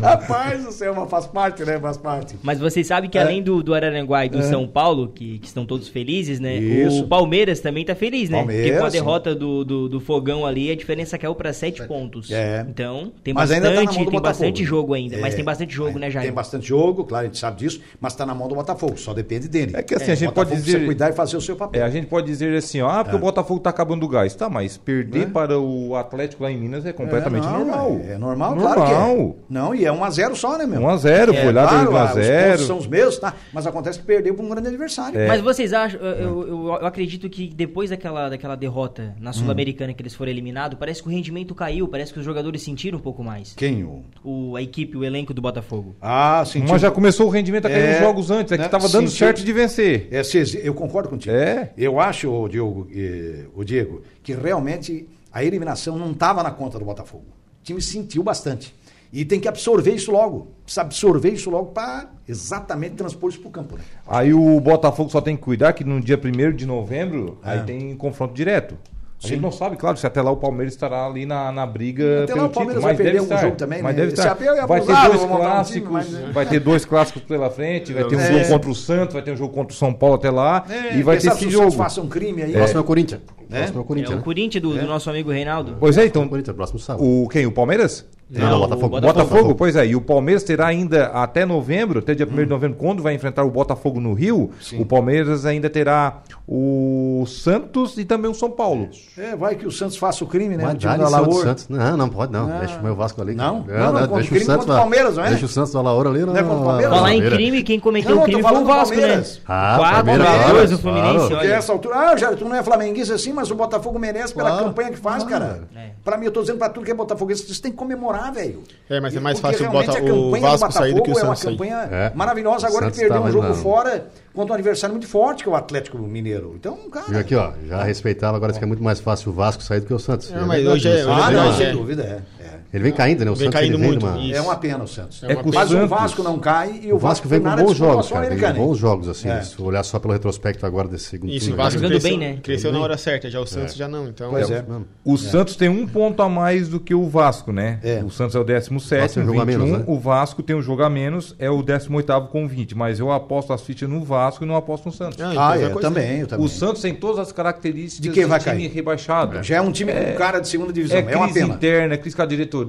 C: Rapaz do céu, mas faz parte, né? Faz parte.
G: Mas vocês sabem
C: É.
G: que além do, do Araranguá e do São Paulo, que, que estão todos felizes, né?
C: Isso.
G: O Palmeiras também tá feliz, né? Porque com a
C: Palmeiras,
G: derrota do, do, do Fogão ali, a diferença caiu pra sete pontos.
C: É.
G: Então, tem
C: Mas ainda tá
G: bastante,
C: na mão do
G: tem
C: Botafogo,
G: bastante
C: né?
G: jogo ainda. Mas
C: É,
G: tem bastante jogo, né, Jair?
C: Tem bastante jogo, claro, a gente sabe disso, mas tá na mão do Botafogo, só depende dele.
D: É que assim, a gente
C: O Botafogo
D: pode dizer-
C: precisa cuidar e fazer o seu
D: É,
C: papel.
D: a gente pode dizer assim, ó, ah, porque o Botafogo tá acabando o gás. Tá, mas perder para o Atlético lá em Minas é completamente
C: É, não,
D: normal. Um
C: É normal, claro que é.
D: Não.
C: Não, e é 1x0 só, né, meu?
D: 1x0, foi lá, deu
C: claro, ah, os pontos
D: 1x0.
C: são os meus, tá? Mas acontece que perdeu para um grande adversário.
D: É.
G: Mas vocês acham, eu, eu- eu-
C: É.
G: eu acredito que depois daquela, daquela derrota
C: Hum.
G: na Sul-Americana que eles foram eliminados, parece que o rendimento caiu, parece que os jogadores sentiram um pouco mais.
C: Quem o...
G: O, a equipe, o elenco do Botafogo.
C: Ah, sentiu.
D: Mas já começou o rendimento daqueles
C: É,
D: jogos antes, é que
C: né,
D: estava dando
C: sentiu-
D: certo de vencer.
C: É, se exi- eu concordo contigo.
D: É.
C: Eu acho, ô, Diogo, eh, o Diego, que realmente a eliminação não estava na conta do Botafogo. O time sentiu bastante. E tem que absorver isso logo. Precisa absorver isso logo para exatamente transpor isso para o campo. Né?
D: Aí o Botafogo só tem que cuidar que no dia 1 de novembro aí tem confronto direto. A gente não sabe, claro, se até lá o Palmeiras estará ali na, na briga
C: Até lá
D: pelo
C: o Palmeiras
D: título,
C: vai
D: mas
C: perder
D: deve
C: algum
D: estar.
C: jogo também,
D: mas
C: né?
D: deve
C: Esse
D: estar.
C: apelo é
D: vai ter
C: abusável,
D: dois
C: vou montar um time,
D: clássicos,
C: mas, né?
D: vai ter dois clássicos pela frente, vai ter um
C: É.
D: jogo contra o Santos, vai ter um jogo contra o São Paulo até lá e vai ter esse jogo.
C: Faça um crime aí.
F: Próximo é o Corinthians. Próximo é o
G: É
F: Corinthians,
G: o
F: né?
G: Corinthians do, do nosso amigo Reinaldo.
D: Pois é, então,
F: Corinthians, próximo sábado.
D: o quem? O Palmeiras?
F: Não,
E: É,
F: não, Botafogo.
D: Botafogo, Botafogo, pois é, e o Palmeiras terá ainda até novembro, até dia 1 de novembro, quando vai enfrentar o Botafogo no Rio, o Palmeiras ainda terá o Santos e também o São Paulo.
C: É, vai que o Santos faça o crime, né?
F: Mas
C: O time
F: dá
C: do
F: lição do
C: Alaor.
F: Santos. Não, não pode não. Deixa o meu Vasco ali.
C: Não?
F: Não,
C: Não, não, contra o
F: deixa o
C: crime,
F: Santos
C: contra o
F: lá.
C: Palmeiras, não é?
F: Deixa o Santos do Alaor ali na
C: Não é contra o Palmeiras?
G: Falar em
F: Ladeira.
G: crime, quem cometeu
C: Não,
G: o
C: eu tô
G: crime foi o
C: falando do
G: Vasco, né?
C: Palmeiras.
F: Ah,
G: Quatro
F: Palmeiras,
G: a
F: claro,
G: dois no
F: claro.
G: Fluminense,
C: Porque
G: olha.
C: essa altura. Ah, Jair, tu não é flamenguista assim, mas o Botafogo merece pela
F: Claro.
C: campanha que faz, cara.
G: velho.
C: Pra mim, eu tô dizendo pra tudo que é botafoguense, isso tem que comemorar, velho.
E: É, mas é
C: E-
E: mais
C: porque
E: fácil o
C: realmente
E: Bota-
C: a
E: o
C: campanha do
E: Vasco sair do que o Santos
C: É
E: sair.
C: uma campanha
F: É.
C: maravilhosa
F: O
C: agora que
F: Santos
C: perdeu
F: tá
C: um
F: mais
C: jogo
F: na-
C: fora contra um adversário muito forte, que é o Atlético Mineiro. Então, cara.
F: Viu aqui, ó. Já respeitava, agora diz que é muito mais fácil o Vasco sair do que o Santos.
E: Não, mas
F: verdade
E: hoje é-
F: isso.
E: hoje
C: Ah, não,
E: verdade,
C: sem
E: é.
C: dúvida, é.
F: Ele vem caindo, né? O
E: Vem
F: Santos ele
E: caindo
F: vem
E: muito,
F: numa...
E: isso.
C: É, é uma pena o Santos.
D: É com o
C: mas o
D: Santos.
C: Vasco não cai e o,
F: O Vasco vem
C: tem
F: com
C: nada
F: bons
C: de desculpa
F: jogos,
C: só
F: cara. Vem com
C: americano, hein?
F: bons jogos, assim.
C: É.
F: Se olhar só pelo retrospecto agora desse segundo
E: Isso, o
F: turno,
E: Vasco
F: cara.
G: jogando
E: cresceu,
G: bem, né?
E: cresceu na hora certa, já o Santos já não. Então,
C: Pois
F: É,
C: é.
F: mano.
D: O Santos tem um ponto a mais do que o Vasco, né?
C: É.
D: O Santos é o
F: Vasco
D: 17,
F: tem um jogo a
D: 21,
F: menos, né?
D: o Vasco tem um jogo a menos, é o 18 com 20, mas eu aposto as fichas no Vasco e não aposto no Santos.
E: Ah, então
C: Ah,
E: é
C: eu
E: coisa-
C: também, eu também.
D: O Santos tem todas as características
C: De quem vai
D: time
C: cair?
D: rebaixado.
C: Já é um time com cara de segunda divisão.
D: É
C: É, uma
D: crise
C: pena.
D: interna, crise com a diretoria,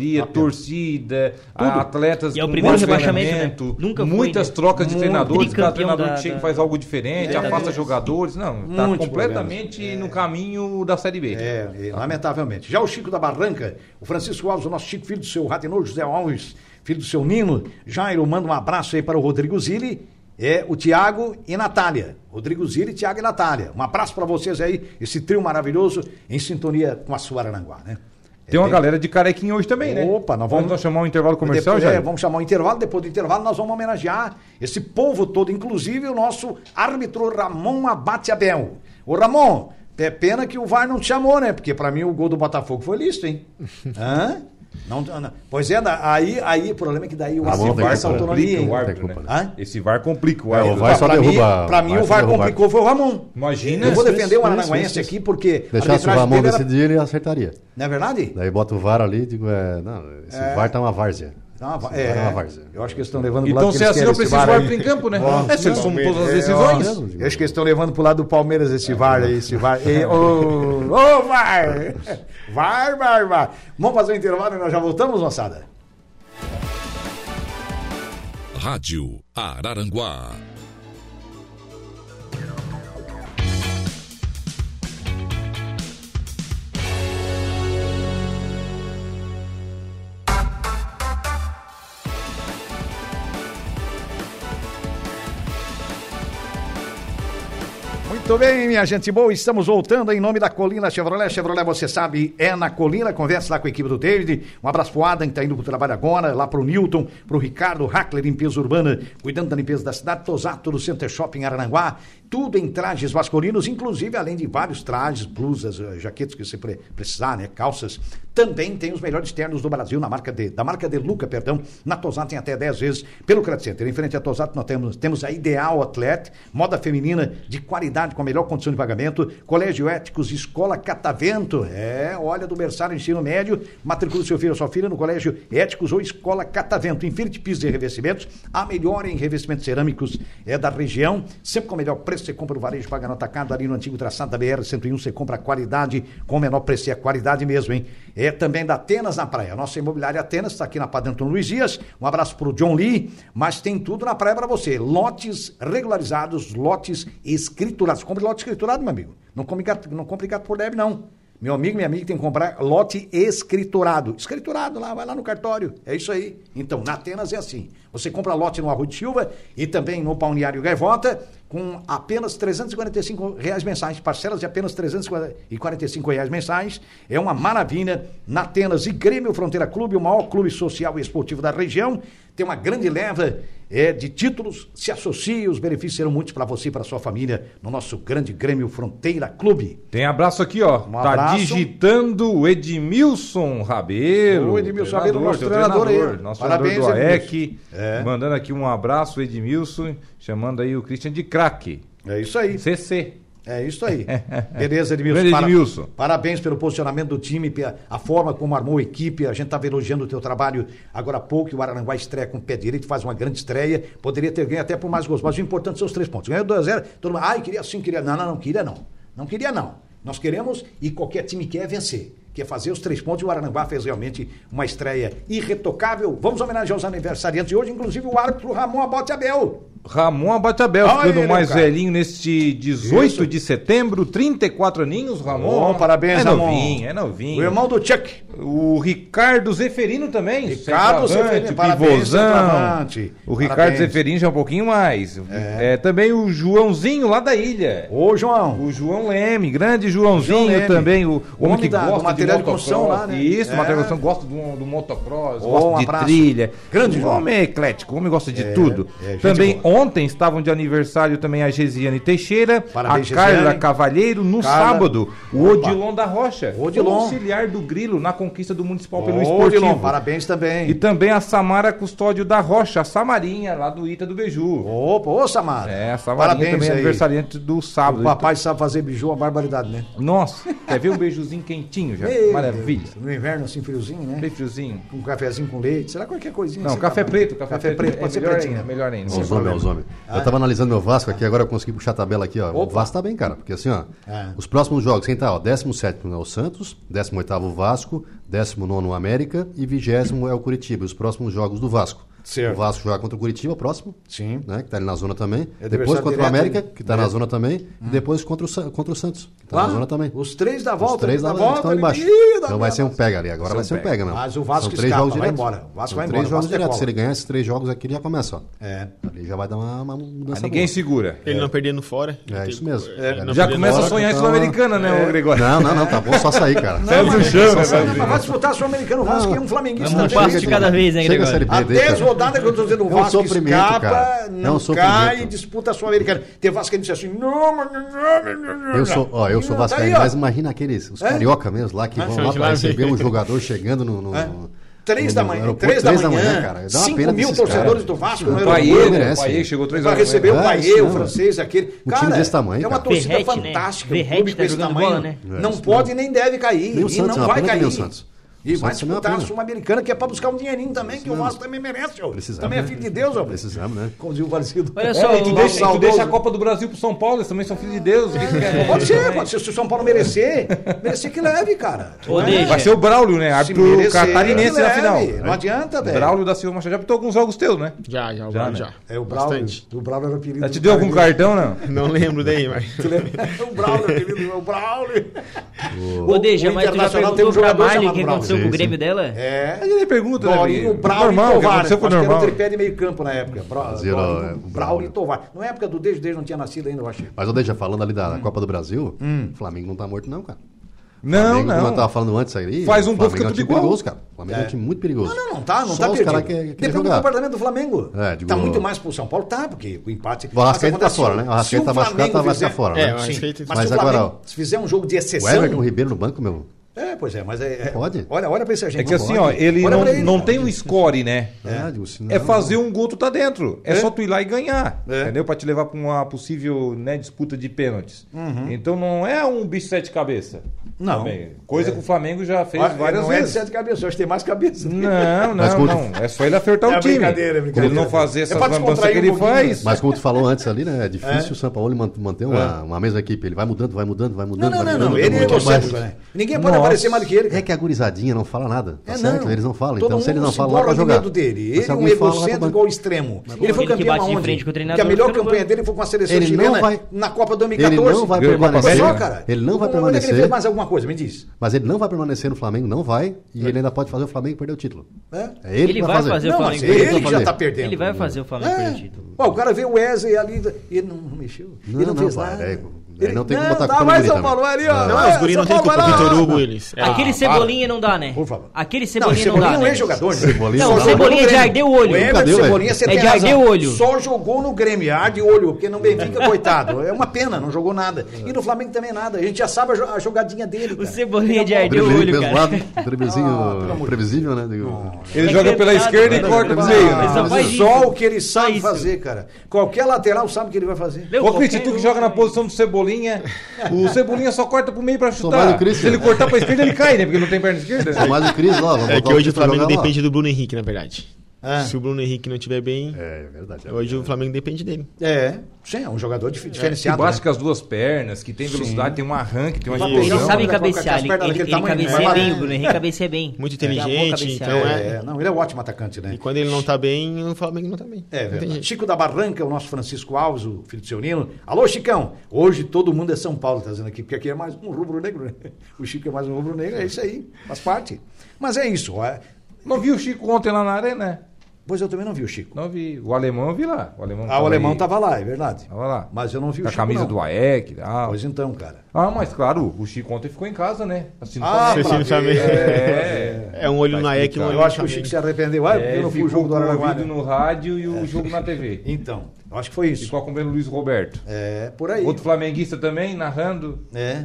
D: torcida, a- atletas
G: E é o
D: com
G: primeiro
D: bom
G: rebaixamento,
D: treinamento,
G: né? Nunca foi,
D: muitas
G: né?
D: trocas de
G: Muito.
D: treinadores, cada
G: Tricampeão
D: treinador
G: da- É
D: que chega
G: da-
D: faz algo diferente, afasta jogadores. Não, está
C: Muitos
D: completamente no caminho da Série B.
C: É, é, lamentavelmente. Já o Chico da Barranca, o Francisco Alves, o nosso Chico, filho do seu Ratenor, José Alves, filho do seu Nino. Jairo, manda um abraço aí para o Rodrigo Zilli, é, o Tiago e Natália. Rodrigo Zilli, Tiago e Natália. Um abraço para vocês aí, esse trio maravilhoso, em sintonia com a sua Arananguá, né?
D: Tem uma galera de carequinha hoje também, né?
C: Opa, nós vamos-
D: Vamos chamar um intervalo comercial,
C: Depois-
D: já?
C: é, vamos chamar o intervalo, depois do intervalo nós vamos homenagear esse povo todo, inclusive o nosso árbitro Ramon Abate Abel. Ô Ramon, é pena que o VAR não te chamou, né? Porque pra mim o gol do Botafogo foi listo,
F: <laughs>
C: hein? Hã? Não, não. Pois é, na- aí, aí o problema é que daí o
F: Ramon
C: árbitro
F: tem
C: essa
F: culpa, né?
C: autonomia, hein?
D: o
F: árbitro,
D: árbitro,
F: né?
D: né?
C: Hã?
D: Esse VAR complica o
F: É, o
D: árbitro.
F: Var
C: Tá,
F: só
C: pra
F: derruba-
C: mim, pra mim
F: vai
C: o
F: só
C: VAR
F: derrubar.
C: complicou foi o Ramon.
D: Imagina.
C: Eu vou
D: Isso,
C: defender o
F: isso,
C: Aranaguense
F: isso, isso.
C: aqui porque a
F: Deixasse o
C: arbitragem
F: Ramon
C: dele era-
F: decidir, ele acertaria.
C: Não é verdade?
F: Daí bota o VAR ali e digo, é, não, esse VAR tá uma várzea.
C: Tá uma va-
F: Esse VAR
C: é,
F: é uma várzea.
C: eu acho que eles estão levando pro
D: Então,
C: lado que
D: se é
C: eles
D: assim,
C: querem
D: eu
C: esse
D: preciso
C: VAr
D: do
C: aí.
D: árbitro em campo, né? É, se eles somam todas as
C: É,
D: decisões.
F: Deus.
C: ó, acho que eles estão levando pro lado do Palmeiras esse VAR aí, esse VAR. E, ô, ô, VAR! VAR, VAR, VAR. Vamos fazer um intervalo e nós já voltamos, moçada?
H: Rádio Araranguá.
C: Muito bem, minha gente boa, estamos voltando em nome da Colina Chevrolet. Chevrolet, você sabe, é na Colina. Converse lá com a equipe do David. Um abraço pro Adam, que tá indo pro trabalho agora, lá pro Newton, pro Ricardo Hackler, Limpeza Urbana, cuidando da limpeza da cidade, Tosato do Center Shopping Arananguá. Tudo em trajes masculinos, inclusive além de vários trajes, blusas, eh, jaquetas que você pre- precisar, né? Calças. Também tem os melhores ternos do Brasil na marca de, da marca de Luca, perdão. Na Tosato tem até 10 vezes pelo Credit Center. Em frente à Tosato nós temos, temos a Ideal Atleta, moda feminina de qualidade com a melhor condição de pagamento, Colégio Éticos, Escola Catavento. É, olha, do berçário ensino médio, matricula seu filho ou sua filha no Colégio Éticos ou Escola Catavento. Infinity Piso e Revestimentos, a melhor em revestimentos cerâmicos é da região. Sempre com o melhor preço, você compra no varejo, paga no atacado, ali no antigo traçado da BR-101, você compra a qualidade com o menor preço, e a qualidade mesmo, hein? É também da Atenas na praia. Nossa imobiliária Atenas está aqui na Padre Antônio Luiz Dias. Um abraço pro John Lee, mas tem tudo na praia para você. Lotes regularizados, lotes escriturados. Compre lote escriturado, meu amigo. Não compre gato, não compre gato por leve, não. Meu amigo, minha amiga tem que comprar lote escriturado. Escriturado lá, vai lá no cartório. É isso aí. Então, na Atenas é assim. Você compra lote no Arroio de Silva e também no Balneário Gaivota com apenas 345 reais mensais, parcelas de apenas 345 reais mensais. É uma maravilha. Na Atenas e Grêmio Fronteira Clube, o maior clube social e esportivo da região, tem uma grande leva é, de títulos. Se associe, os benefícios serão muitos para você e para sua família no nosso grande Grêmio Fronteira Clube.
D: Tem abraço aqui, ó.
C: Um
D: tá
C: abraço.
D: digitando o Edmilson Rabelo.
C: O Edmilson Rabelo, nosso
D: teu
C: treinador aí.
D: Nosso
C: Parabéns,
D: treinador do AEC.
C: Edmilson. É.
D: Mandando aqui um abraço, Edmilson. Chamando aí o Christian de craque.
C: É isso aí.
D: CC.
C: É isso aí. <laughs> Beleza, Edmilson.
D: Grande
C: Para-
D: Edmilson.
C: Parabéns pelo posicionamento do time, pela- a forma como armou a equipe. A gente estava elogiando o teu trabalho agora há pouco. e O Araranguá estreia com o pé direito, faz uma grande estreia. Poderia ter ganho até por mais gols, mas o importante são os três pontos. Ganhou 2 a 0 todo mundo. Ai, queria sim, queria. Não, não, não, queria não. Não queria não. Nós queremos e qualquer time quer vencer. Quer fazer os três pontos e o Araranguá fez realmente uma estreia irretocável. Vamos homenagear os aniversariantes de hoje, inclusive o árbitro Ramon Abote Abel.
D: Ramon Abatabel,
C: Olha
D: ficando
C: ele,
D: mais
C: cara.
D: velhinho neste 18
C: Isso.
D: de setembro, 34 aninhos, Ramon.
C: Bom, parabéns,
D: é
C: Ramon.
D: novinho, é
C: O
D: novinho.
C: irmão do Chuck.
D: O Ricardo Zeferino também.
C: Ricardo
D: centroavante,
C: Zeferino,
D: o
C: parabéns,
D: pivôzão.
C: centroavante.
D: O Ricardo
C: Parabéns.
D: Zeferino já é um pouquinho mais. É, também o Joãozinho lá da ilha.
C: Ô, João.
D: O João Leme, grande Joãozinho
C: João Leme.
D: também, o o homem
C: Homem
D: que
C: da- do
D: gosta
C: material
D: de
C: de
D: motocross.
C: construção lá, né?
D: Isso,
C: É.
D: material de construção, gosta do, do motocross,
C: Oh,
D: gosta
C: um
D: de
C: abraço.
D: trilha.
C: Grande
D: o
C: João.
D: homem é eclético, o homem gosta de tudo.
C: é, gente
D: também
C: boa.
D: ontem estavam de aniversário também a Gesiane Teixeira,
C: Parabéns,
D: a Carla
C: Gesiane.
D: Cavalheiro, no
C: Carla.
D: sábado, o
C: Opa.
D: Odilon da Rocha,
C: Odilon.
D: auxiliar do Grilo na conquista do Municipal pelo
C: Ô,
D: Esportivo.
C: Odilon, parabéns também.
D: E também a Samara Custódio da Rocha, a Samarinha, lá do Ita do Beju.
C: Opa, ô Samara.
D: É, a Samarinha também é
C: aí.
D: aniversariante do sábado.
C: O papai sabe fazer biju, uma barbaridade, né?
D: Nossa, quer ver um beijozinho quentinho já?
C: Meu
D: Maravilha.
C: Deus, No inverno, assim, friozinho, né?
D: Bem friozinho.
C: Com um cafezinho com leite, será qualquer coisinha?
D: Não,
C: assim,
D: café
C: tá bom.
D: preto, café, preto,
C: pode
D: é
C: ser
D: melhor
C: pretinho.
D: ainda, melhor ainda.
F: Os homens, é os homens. Eu tava analisando meu Vasco aqui, agora eu consegui puxar a tabela aqui, ó. O
C: Opa.
F: Vasco tá bem, cara, porque assim, ó.
C: É.
F: Os próximos jogos, quem tá, ó? 17 é o Santos, 18 o Vasco, 19 o América e 20 é o Curitiba. Os próximos jogos do Vasco.
C: Certo.
F: O Vasco joga contra o Curitiba, o próximo.
C: Sim.
F: Né, que tá ali na zona também.
C: É
F: depois
C: adversário
F: contra o
C: direto,
F: América,
C: né? Hum.
F: que tá na zona também. E depois contra o, San- contra o Santos, que tá
C: Lá,
F: na zona também.
C: Os três da volta,
F: Os três
C: da
F: lá estão
C: volta,
F: embaixo.
C: ele- Ih, da
F: Então vai
C: minha
F: ser um
C: nossa.
F: pega ali. Agora vai ser um pega, mesmo.
C: Mas o Vasco
F: São três
C: escapa,
F: jogos
C: vai
F: diretos.
C: embora. O Vasco
F: São
C: vai
F: três
C: embora, o
F: jogos
C: Vasco é
F: diretos.
C: cola.
F: Se ele ganhar esses três jogos aqui, ele já começa, ó.
C: É.
F: Ali já vai dar uma, uma mudança.
C: Tá
D: Ah, ninguém
F: boa.
D: segura.
E: Ele não perdendo fora.
F: É,
E: Tem-
F: isso mesmo.
E: é, não
D: Já
E: perdendo
D: começa a
E: fora.
D: sonhar em
F: então-
D: Sul-Americana,
C: é.
D: né, ô Gregório?
F: Não, não, não. Tá bom só sair, cara.
D: Saiu do chão, né,
C: Mas
D: Brasil?
C: Vai disputar Sul-Americano, o Vasco e um flamenguista.
G: não,
C: também.
G: passo chega de cada vez, hein,
F: Chega a
G: Gregório?
F: Série B,
C: A
F: deixa.
C: 10 rodadas que eu estou dizendo, o
F: É um
C: Vasco
F: sofrimento,
C: escapa,
F: cara. É um
C: não cai
F: sofrimento.
C: e disputa a Sul-Americana. Tem Vasco que disse assim, não, não, não, não, não.
F: Eu sou, ó, eu sou
C: Tá aí,
F: vascaíno,
C: ó.
F: mas imagina aqueles, os carioca mesmo lá, que vão lá
E: São
F: pra
E: Gilás.
F: receber um jogador chegando no... no, no
C: Três
F: no
C: da manhã,
F: aeroporto,
C: três da manhã,
F: cara. Dá uma
C: cinco
F: pena
C: mil
F: desses
C: torcedores
F: caras.
C: do Vasco no
F: Não,
D: O
C: aeroporto.
D: Paiê, né? O
F: merece.
D: Paiê chegou três
C: Vai
D: horas da
C: receber
D: manhã.
C: assim. o
F: Ah,
C: Paê,
F: isso não,
C: o francês, aquele.
F: Um
C: Cara,
F: time desse tamanho,
C: é uma
F: cara. É,
C: torcida
G: Verrete, né?
C: fantástica. Um
G: Verrete
C: clube com
G: tá
C: esse
G: jogando
C: tamanho
G: bola, né?
C: não pode nem deve cair.
F: Nem o
C: e
F: Santos, é
C: não
F: uma
C: vai
F: pena que
C: cair.
F: nem o Santos.
C: E
F: O
C: vai
F: Santos é uma
C: disputar a
F: pena.
C: Sul-Americana, que é pra buscar um dinheirinho também, que o Vasco também merece, ó.
F: Precisamos,
C: Também é
F: né?
C: filho de Deus, ó.
F: Precisamos, né?
C: Como diz o falecido.
G: Olha
D: É,
G: só,
D: e tu,
G: o-
D: deixa, e tu
C: saudoso.
D: deixa a Copa do Brasil pro São Paulo, eles também são filhos de Deus. eles querem-
C: <laughs> Pode ser, pode ser. Se o São Paulo merecer, merecer que leve, cara.
G: Ô,
C: Né?
G: deixa.
D: Vai ser o Braulio, né?
C: Se
D: Árbitro
C: merecer, né, É.
D: catarinense
C: que
D: na
C: leve.
D: final. É.
C: Não adianta, velho.
D: Braulio da Silva Machado. Já pintou alguns jogos teus, né?
E: Já, já,
D: Já,
E: já.
D: né?
E: já.
C: É o Braulio.
E: Bastante.
C: O Braulio era o apelido.
D: Já te
C: do
D: deu
C: cara
D: algum cartão, né? não?
E: Não lembro daí, mas...
F: <laughs>
C: dele. o <laughs> Braulio, apelido, é o Braulio.
G: Ô, Deja,
C: o
G: mas tu já
C: Internacional tem um
G: perguntou pra
C: jogador
G: Marley o
C: chamado
G: que aconteceu
F: Brown.
G: com
F: Sim,
G: o Grêmio dela?
C: É.
D: Aí ele pergunta, né?
C: Braulio,
D: Gui?
C: Braulio
D: normal,
C: e
D: o que
C: Tovar.
D: aconteceu foi
C: Acho que era o
D: normal.
C: tripé de meio campo na época. Bra
F: Zero,
C: Braulio,
F: é, o
C: Braulio
F: Braulio.
C: e Tovar. Na época do desde desde não tinha nascido ainda, eu acho.
F: Mas, ô, deixa falando ali
C: Hum.
F: da Copa do Brasil, o Flamengo não tá morto não, cara.
D: Não,
F: Flamengo, Como eu
D: não.
F: tava falando antes aí,
D: Faz um gol,
F: Flamengo
D: fica
F: é um
D: tudo
F: time
D: igual.
F: perigoso, cara. O Flamengo é. um time muito perigoso.
C: Não, não, não tá, não
F: Só
C: tá
F: os caras
C: perdido.
F: que, que
C: Depende do
F: jogar.
C: comportamento do Flamengo.
F: É, digo-
C: tá muito mais pro São Paulo, tá, porque o empate.
F: O Arrascaeta
C: Mas
F: tá
C: acontece,
F: fora, né? O Arrascaeta
C: se
F: tá machucado,
C: Flamengo
F: tá- vai ficar
C: fizer-
F: fora, né?
E: É, o
C: Sim,
E: Arrascaeta-
C: mas,
F: Mas
C: se o Flamengo
F: agora, ó,
C: se fizer um jogo de
F: O
C: exceção.
F: Everton Ribeiro no banco, meu.
C: É, pois é, mas é. é-
F: Pode?
C: Olha, olha pra esse agente.
D: É que assim, ó, ele
C: Olha
D: não,
C: pra ele.
D: não tem um score, né?
F: Ah, digo, se
D: É
F: não-
D: fazer um gol, tu tá dentro. É, só tu ir lá e ganhar.
C: É.
D: Entendeu? Pra te levar pra uma possível né, disputa de pênaltis. Então não é um bicho de sete cabeça.
C: Uhum. Não. É.
D: Também. Coisa que o Flamengo já fez
C: Olha,
D: várias
C: não é de
D: vezes.
C: sete cabeças, eu acho que tem mais cabeças.
D: Não,
F: Mas
D: não,
F: como tu-
D: não. É só ele acertar
C: É
D: o time.
C: brincadeira, é brincadeira.
D: Ele não fazer
C: É
D: essas
C: pra
D: lambanças que
C: descontrair
D: ele
C: um pouquinho,
D: faz.
F: Mas como tu falou antes ali, né? É difícil o Sampaoli man- manter uma, uma mesma equipe. Ele vai mudando, vai mudando, vai mudando.
C: Não, não,
F: vai
C: É. não,
F: mudando,
C: não.
F: vai
C: Ele é
F: mudando, mas-
C: egocêntrico, né? Ninguém pode
D: Nossa,
C: ser mais do que ele. cara.
F: É que a gurizadinha não fala nada, tá
C: É,
F: certo? Eles não falam.
C: Todo
F: então, se eles
C: mundo
F: não
C: se
F: falam, lá
C: borra
F: pra
C: de
F: jogar.
C: medo dele.
F: Mas se
C: Ele é um
F: alguém fala, lá pra
C: egocêntrico
F: banco.
C: igual extremo. ele foi
G: aquele que
C: campeão
G: bate em
C: aonde?
G: frente com o
C: que a
G: treinador,
C: melhor
G: fica no
C: campanha
G: banco.
C: dele foi com a seleção
F: Ele não
C: chilena
F: vai-
C: na Copa
F: Ele
C: 2014.
F: não vai
D: Ganhou a Copa
F: permanecer.
D: América.
C: Só, cara.
F: Ele não
C: Onde
F: vai
C: é que Ele
F: permanecer.
C: fez mais alguma coisa, me diz.
F: Mas ele não vai permanecer no Flamengo, não vai. E ele ainda pode fazer o Flamengo perder o título.
C: É?
F: É ele,
G: Ele
F: que vai
G: vai
F: fazer.
G: fazer o
F: Não,
C: Não,
F: mas
C: mas
G: Flamengo.
F: ele
C: ele
F: vai
C: já
F: fazer.
C: está perdendo. É.
G: Ele vai fazer o Flamengo perder título.
C: Ó, o cara vê o Wesley ali e ele não, não mexeu.
F: Não,
C: ele não,
F: não,
C: fez
F: vai,
C: nada.
F: é, ele não tem que botar
C: tá,
F: culpa no
C: vai
F: guri
C: São
F: também.
C: Paulo, vai ali, ó.
E: Não,
C: Vai,
E: os guri não
C: São
E: tem culpa.
C: Paulo, vai
E: Vitor
C: lá.
E: Hugo, eles. É,
G: Aquele Cebolinha não dá, né?
C: Por favor.
G: Aquele
C: Não, o
G: Cebolinha não,
C: Cebolinha
G: dá,
C: não
G: né?
C: é jogador. né?
F: Cebolinha
G: Não,
C: Só
G: o
C: jogou no
G: Cebolinha é de
C: Grêmio.
G: arder o olho.
C: O Everton
F: Nunca deu,
C: Cebolinha, você
G: É
C: tem
G: de arder
C: razão.
G: o olho.
C: Só jogou no Grêmio, arde o olho, porque no Benfica, coitado. É uma pena, não jogou nada. E no Flamengo também nada. A gente já sabe a jo- a jogadinha dele.
G: O
C: cara. é
G: Cebolinha de arder o
F: Drible
G: olho,
F: pelo
G: cara.
F: lado, um
C: <laughs>
F: driblezinho
C: Ah,
F: previsível, né? Digo,
D: Ele
G: É
D: joga
G: que
D: pela
G: é
D: esquerda e
G: nada,
C: um
D: corta
F: né?
D: no
F: Ah,
D: meio.
G: Ele
D: né?
G: só faz
C: é Só
G: isso.
C: o que ele sabe
G: isso.
C: fazer, cara. Qualquer lateral sabe o que ele vai fazer.
G: Leu
D: Ô,
G: qualquer
D: Cristi, tu
G: um,
D: que joga na
G: né?
D: posição
C: <laughs>
D: do Cebolinha, o Cebolinha só corta pro meio pra
F: mais o
D: chutar.
F: Cristi,
D: Se ele
F: né?
D: cortar pra esquerda, ele cai, né? Porque não tem perna esquerda.
F: É mais o Cris, ó. vamos
E: É
F: botar
E: que hoje o
F: Cris pra
E: Flamengo
F: jogar lá.
E: depende do Bruno Henrique, na verdade. Se o Bruno Henrique não estiver bem,
F: É, é verdade. é
E: hoje o Flamengo depende dele.
C: É, sim, é um jogador dif-
D: Que
C: diferenciado.
D: bate
C: né?
D: com as duas pernas, que tem velocidade, tem um arranque, tem uma
E: Ele
G: Ele
D: explosão. né?
C: Não,
G: sabe
C: mas com as
G: cabecear, ele,
C: pernas
G: ele,
C: daquele
G: ele
C: tamanho,
G: cabeceia
C: vai lá.
G: bem, o Bruno Henrique cabeceia bem.
E: Muito
G: Ele é bom
E: inteligente,
G: cabecear.
E: então é-
C: É, não, ele é um ótimo atacante, né?
E: E quando ele não tá bem, o Flamengo não tá bem.
C: É
E: não tem
C: verdade.
E: jeito.
C: Chico da Barranca, o nosso Francisco Alves, o filho do seu Nino. Alô, Chicão! Hoje todo mundo é São Paulo, tá dizendo aqui, porque aqui é mais um rubro-negro, né? O Chico é mais um rubro-negro, é isso aí, faz parte. Mas é isso, ó.
D: Não vi o Chico ontem lá na arena? né?
C: Pois eu também não vi o Chico.
D: Não vi. O alemão eu vi lá. O alemão
C: Ah, o alemão
D: aí.
C: tava lá, é verdade.
D: Tava lá.
C: Mas eu não vi o
D: Com a
C: Chico,
D: camisa
C: não.
D: do AEC. Ah,
C: Pois então, cara.
D: ah, mas claro, o Chico ontem ficou em casa, né? Assistindo
C: Ah,
D: Flamengo.
E: Assistindo
C: pra ver.
E: Flamengo.
D: É.
E: É um olho na EC e um olho
C: Eu
E: no
C: acho que o Chico
E: Flamengo.
C: se arrependeu. Ah,
D: É,
C: eu não fui o
D: ficou
C: jogo do
D: com o
C: Araguaia.
D: ouvido no rádio e o jogo na TV.
C: Então, eu acho que foi <laughs> isso.
D: Ficou acompanhando o Luiz Roberto.
C: É, por aí.
D: Outro flamenguista também, narrando.
C: É.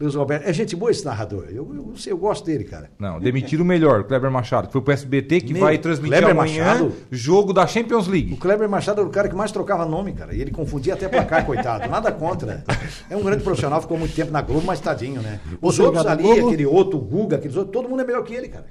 C: Luiz Roberto. É gente boa esse narrador. Eu, eu, sei, eu gosto dele, cara.
D: Não, demitiram o melhor, o Kleber Machado, que foi pro SBT, que
C: Meu,
D: vai transmitir
C: Kleber
D: amanhã
C: Machado?
D: jogo da Champions
C: O
D: League.
C: Kleber Machado era o cara que mais trocava nome, cara. E ele confundia até
F: <laughs>
C: placar, coitado. Nada contra. É um grande profissional, ficou muito tempo na Globo, mas tadinho, né? Os outros ali, aquele outro, o Guga, aqueles outros, todo mundo é melhor que ele, cara.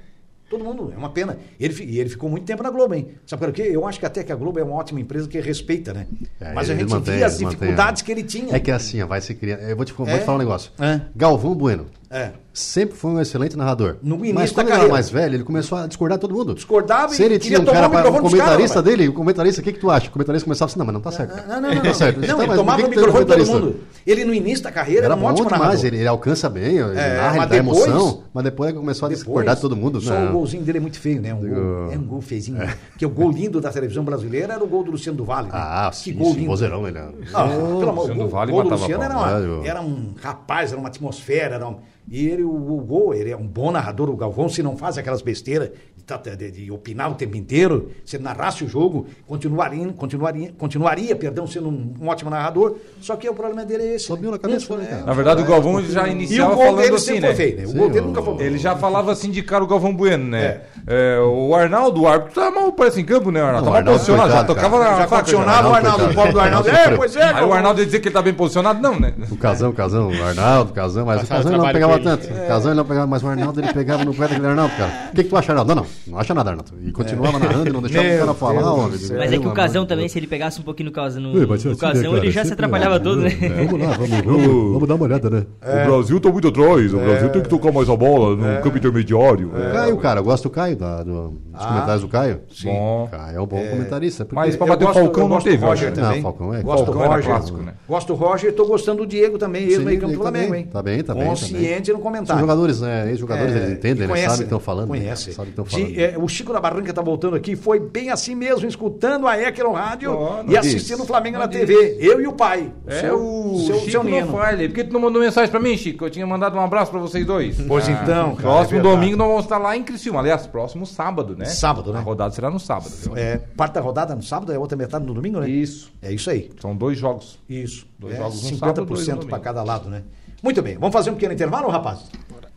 C: Todo mundo, é uma pena. Ele, fi- e ele ficou muito tempo na Globo, hein? Sabe por quê? Eu acho que até que a Globo é uma ótima empresa que respeita, né?
F: É,
C: mas a
F: ele
C: gente
F: mantém,
C: via as
F: ele mantém.
C: dificuldades que ele tinha.
F: É que é assim, ó, vai se criando. Eu vou te, vou
C: É?
F: te falar um negócio.
C: É.
F: Galvão Bueno
C: É.
F: sempre foi um excelente narrador.
C: No início
F: mas
C: da
F: quando ele
C: carreira.
F: era mais velho, ele começou a discordar de todo mundo.
C: Discordava e
F: Se ele
C: queria
F: tinha um
C: tomar
F: cara
C: o
F: para o
C: microfone dos caras,
F: comentarista
C: rapaz.
F: dele, o comentarista, o que, que tu acha? O comentarista começava assim, não, mas não tá certo. cara.
C: Não, não,
F: <laughs>
C: não.
F: tá certo.
C: Não,
F: Tá,
C: ele
F: mas
C: tomava
F: por
C: o
F: que que tu era
C: microfone de todo
F: comentarista?
C: mundo. Ele, no início da carreira, era,
F: Era
C: um
F: bom
C: ótimo
F: demais,
C: narrador.
F: ele, ele alcança bem, ele
C: É,
F: narra, ele
C: mas
F: dá
C: depois-
F: emoção, mas depois ele começou a
C: Depois,
F: discordar de todo mundo. né?
C: Só
F: não.
C: o golzinho dele é muito feio, né? Um gol- é um gol feizinho. né? Porque o gol lindo da televisão brasileira era o gol do Luciano do Vale. Né?
F: Ah,
C: que
F: sim,
C: gol
F: sim,
C: lindo.
F: vozeirão ele. é.
C: Ah, pelo amor, o
D: Luciano
C: gol,
D: do Vale
C: gol do
D: matava
C: Luciano
D: a
C: era,
D: bola,
C: uma,
F: né?
C: era um rapaz, era uma atmosfera. Era um- e ele, o, o gol, ele é um bom narrador, o Galvão, se não faz aquelas besteiras de, tá- de- de opinar o tempo inteiro, se ele narrasse o jogo, continuaria, continuaria, continuaria perdão, sendo um, um ótimo narrador. Só que o problema dele é esse.
F: Subiu
C: né?
F: na cabeça,
C: Esse
F: né,
C: problema.
D: Na verdade, o Galvão já
C: E o
D: iniciava
C: gol
D: falando
C: dele
D: assim,
C: sempre
D: né?
C: foi feio, né? O
F: Sim,
C: gol dele
F: o-
C: nunca foi bom.
D: Ele já falava assim de cara o Galvão Bueno, né? É, o Arnaldo, o árbitro, tá mal, parece em campo, né, Arnaldo?
F: Não,
D: Tá mal
F: Arnaldo,
D: posicionado, já
F: coitado,
D: tocava
F: cara.
D: na
C: Já
D: faca.
C: condicionava o
F: Arnaldo,
C: Arnaldo, o
F: coitado.
C: pobre do Arnaldo. É, pois é,
D: Aí o Arnaldo ia dizer que ele tá bem posicionado, não, né?
F: O Casão, o Casão, o Arnaldo, o Casão, mas
E: Passaram
F: o Casão ele
E: trabalho
F: não pegava
E: com ele.
F: tanto. O Casão ele não pegava, mas o Arnaldo ele pegava no pé daquele Arnaldo, cara. O que, que tu acha, Arnaldo? Não, não, não acha nada, Arnaldo. E
C: É.
F: continuava narrando, não deixava o cara falar, homem.
G: Mas é que
F: Pelo
G: o Casão
F: amor de
G: também,
F: Deus.
G: se ele pegasse um pouquinho no Casão, no,
F: Ui, mas
G: no
F: assim, né,
G: Casão,
F: cara,
G: ele já se
F: sempre-
G: atrapalhava todo, né?
F: É, Vamos lá, vamos, vamos, vamos dar uma olhada, né?
C: É.
D: O Brasil tá muito atrás, o Brasil tem que tocar mais a bola no campo intermediário. né?
C: É.
F: Caio, cara, eu gosto do Caio, da- do- dos
C: Ah,
F: comentários do Caio.
D: Bom.
F: Caio é um bom comentarista. porque-
D: Mas pra
C: Eu
D: bater o
C: gosto- eu
D: Falcão não
C: gosto do
D: teve, eu
C: Roger
D: acho, né?
C: também.
F: Não, Falcão é-
C: Gosto do
D: Falcão era
C: Roger.
D: clássico, né?
C: Gosto do Roger e tô gostando do Diego também, ele
F: Sim,
C: meio campo do
F: Diego tá
C: Flamengo,
F: bem,
C: hein?
F: tá bem, tá bem, tá
C: Consciente no
F: São
C: comentário.
F: jogadores, né? Ex-jogadores,
C: É,
F: eles entendem, eles
C: conhece,
F: sabem o que estão falando. né?
C: Conhece.
F: Sabem o que estão
C: De-
F: falando.
C: é, o Chico da Barranca tá voltando aqui. Foi bem assim mesmo, escutando a Eker no rádio
D: Ó, não
C: e assistindo
D: diz.
C: o Flamengo
D: Não
C: na TV. Eu e o pai.
D: É
C: seu-
D: o
C: seu, seu
D: Chico
C: Nino.
D: não falha. Por que tu não mandou mensagem pra mim, Chico? Eu tinha mandado um abraço pra vocês dois. Ah.
C: Pois então, cara,
D: Próximo
C: é verdade.
D: domingo nós vamos estar lá em Criciúma. Aliás, próximo sábado, né?
C: Sábado, né?
D: A rodada será no sábado. viu?
C: É, parte da rodada no sábado, é outra metade no domingo, né?
D: Isso.
C: É isso aí.
D: São dois jogos.
C: Isso.
D: Dois
C: é,
D: jogos no
C: 50%
D: sábado, dois no
C: para
D: domingo.
C: cada lado, né? Muito bem, vamos fazer um pequeno intervalo, rapaz?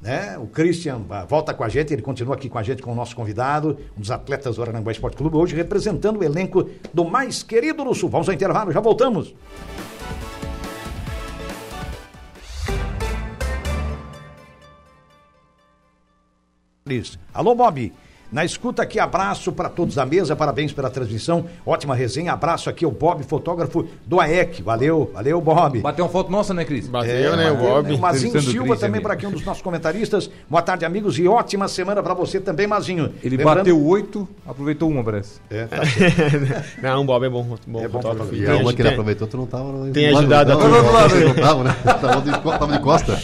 C: Né? O Christian ah, volta com a gente, ele continua aqui com a gente, com o nosso convidado, um dos atletas do Aranguá Esporte Clube, hoje representando o elenco do mais querido do Sul. Vamos ao intervalo, já voltamos. Alô, Bob. Na escuta aqui, abraço para todos da mesa, parabéns pela transmissão, ótima resenha, abraço aqui ao Bob, fotógrafo do AEC. Valeu, valeu, Bob.
D: Bateu uma foto nossa, né, Cris?
E: Bateu, né, o Bob?
C: O É, Mazinho
D: Entrevistando o
C: Silva
D: Cris
C: também
D: ali.
C: por aqui, um dos nossos comentaristas. Boa tarde, amigos, e ótima semana para você também, Mazinho.
D: Ele
C: Lembrando-
D: bateu oito, aproveitou uma, parece.
C: É, tá
E: <laughs> Não, o Bob é bom, bom
C: É bom
E: fotógrafo.
C: fotógrafo.
F: E
E: Tem
F: a uma que ele
E: tem-
F: aproveitou, tu não tava. no-
E: tem
F: no lado,
E: ajudado
F: não,
E: a turma.
F: não, não, não tava, né? <laughs> Tava de, co- tava de costa.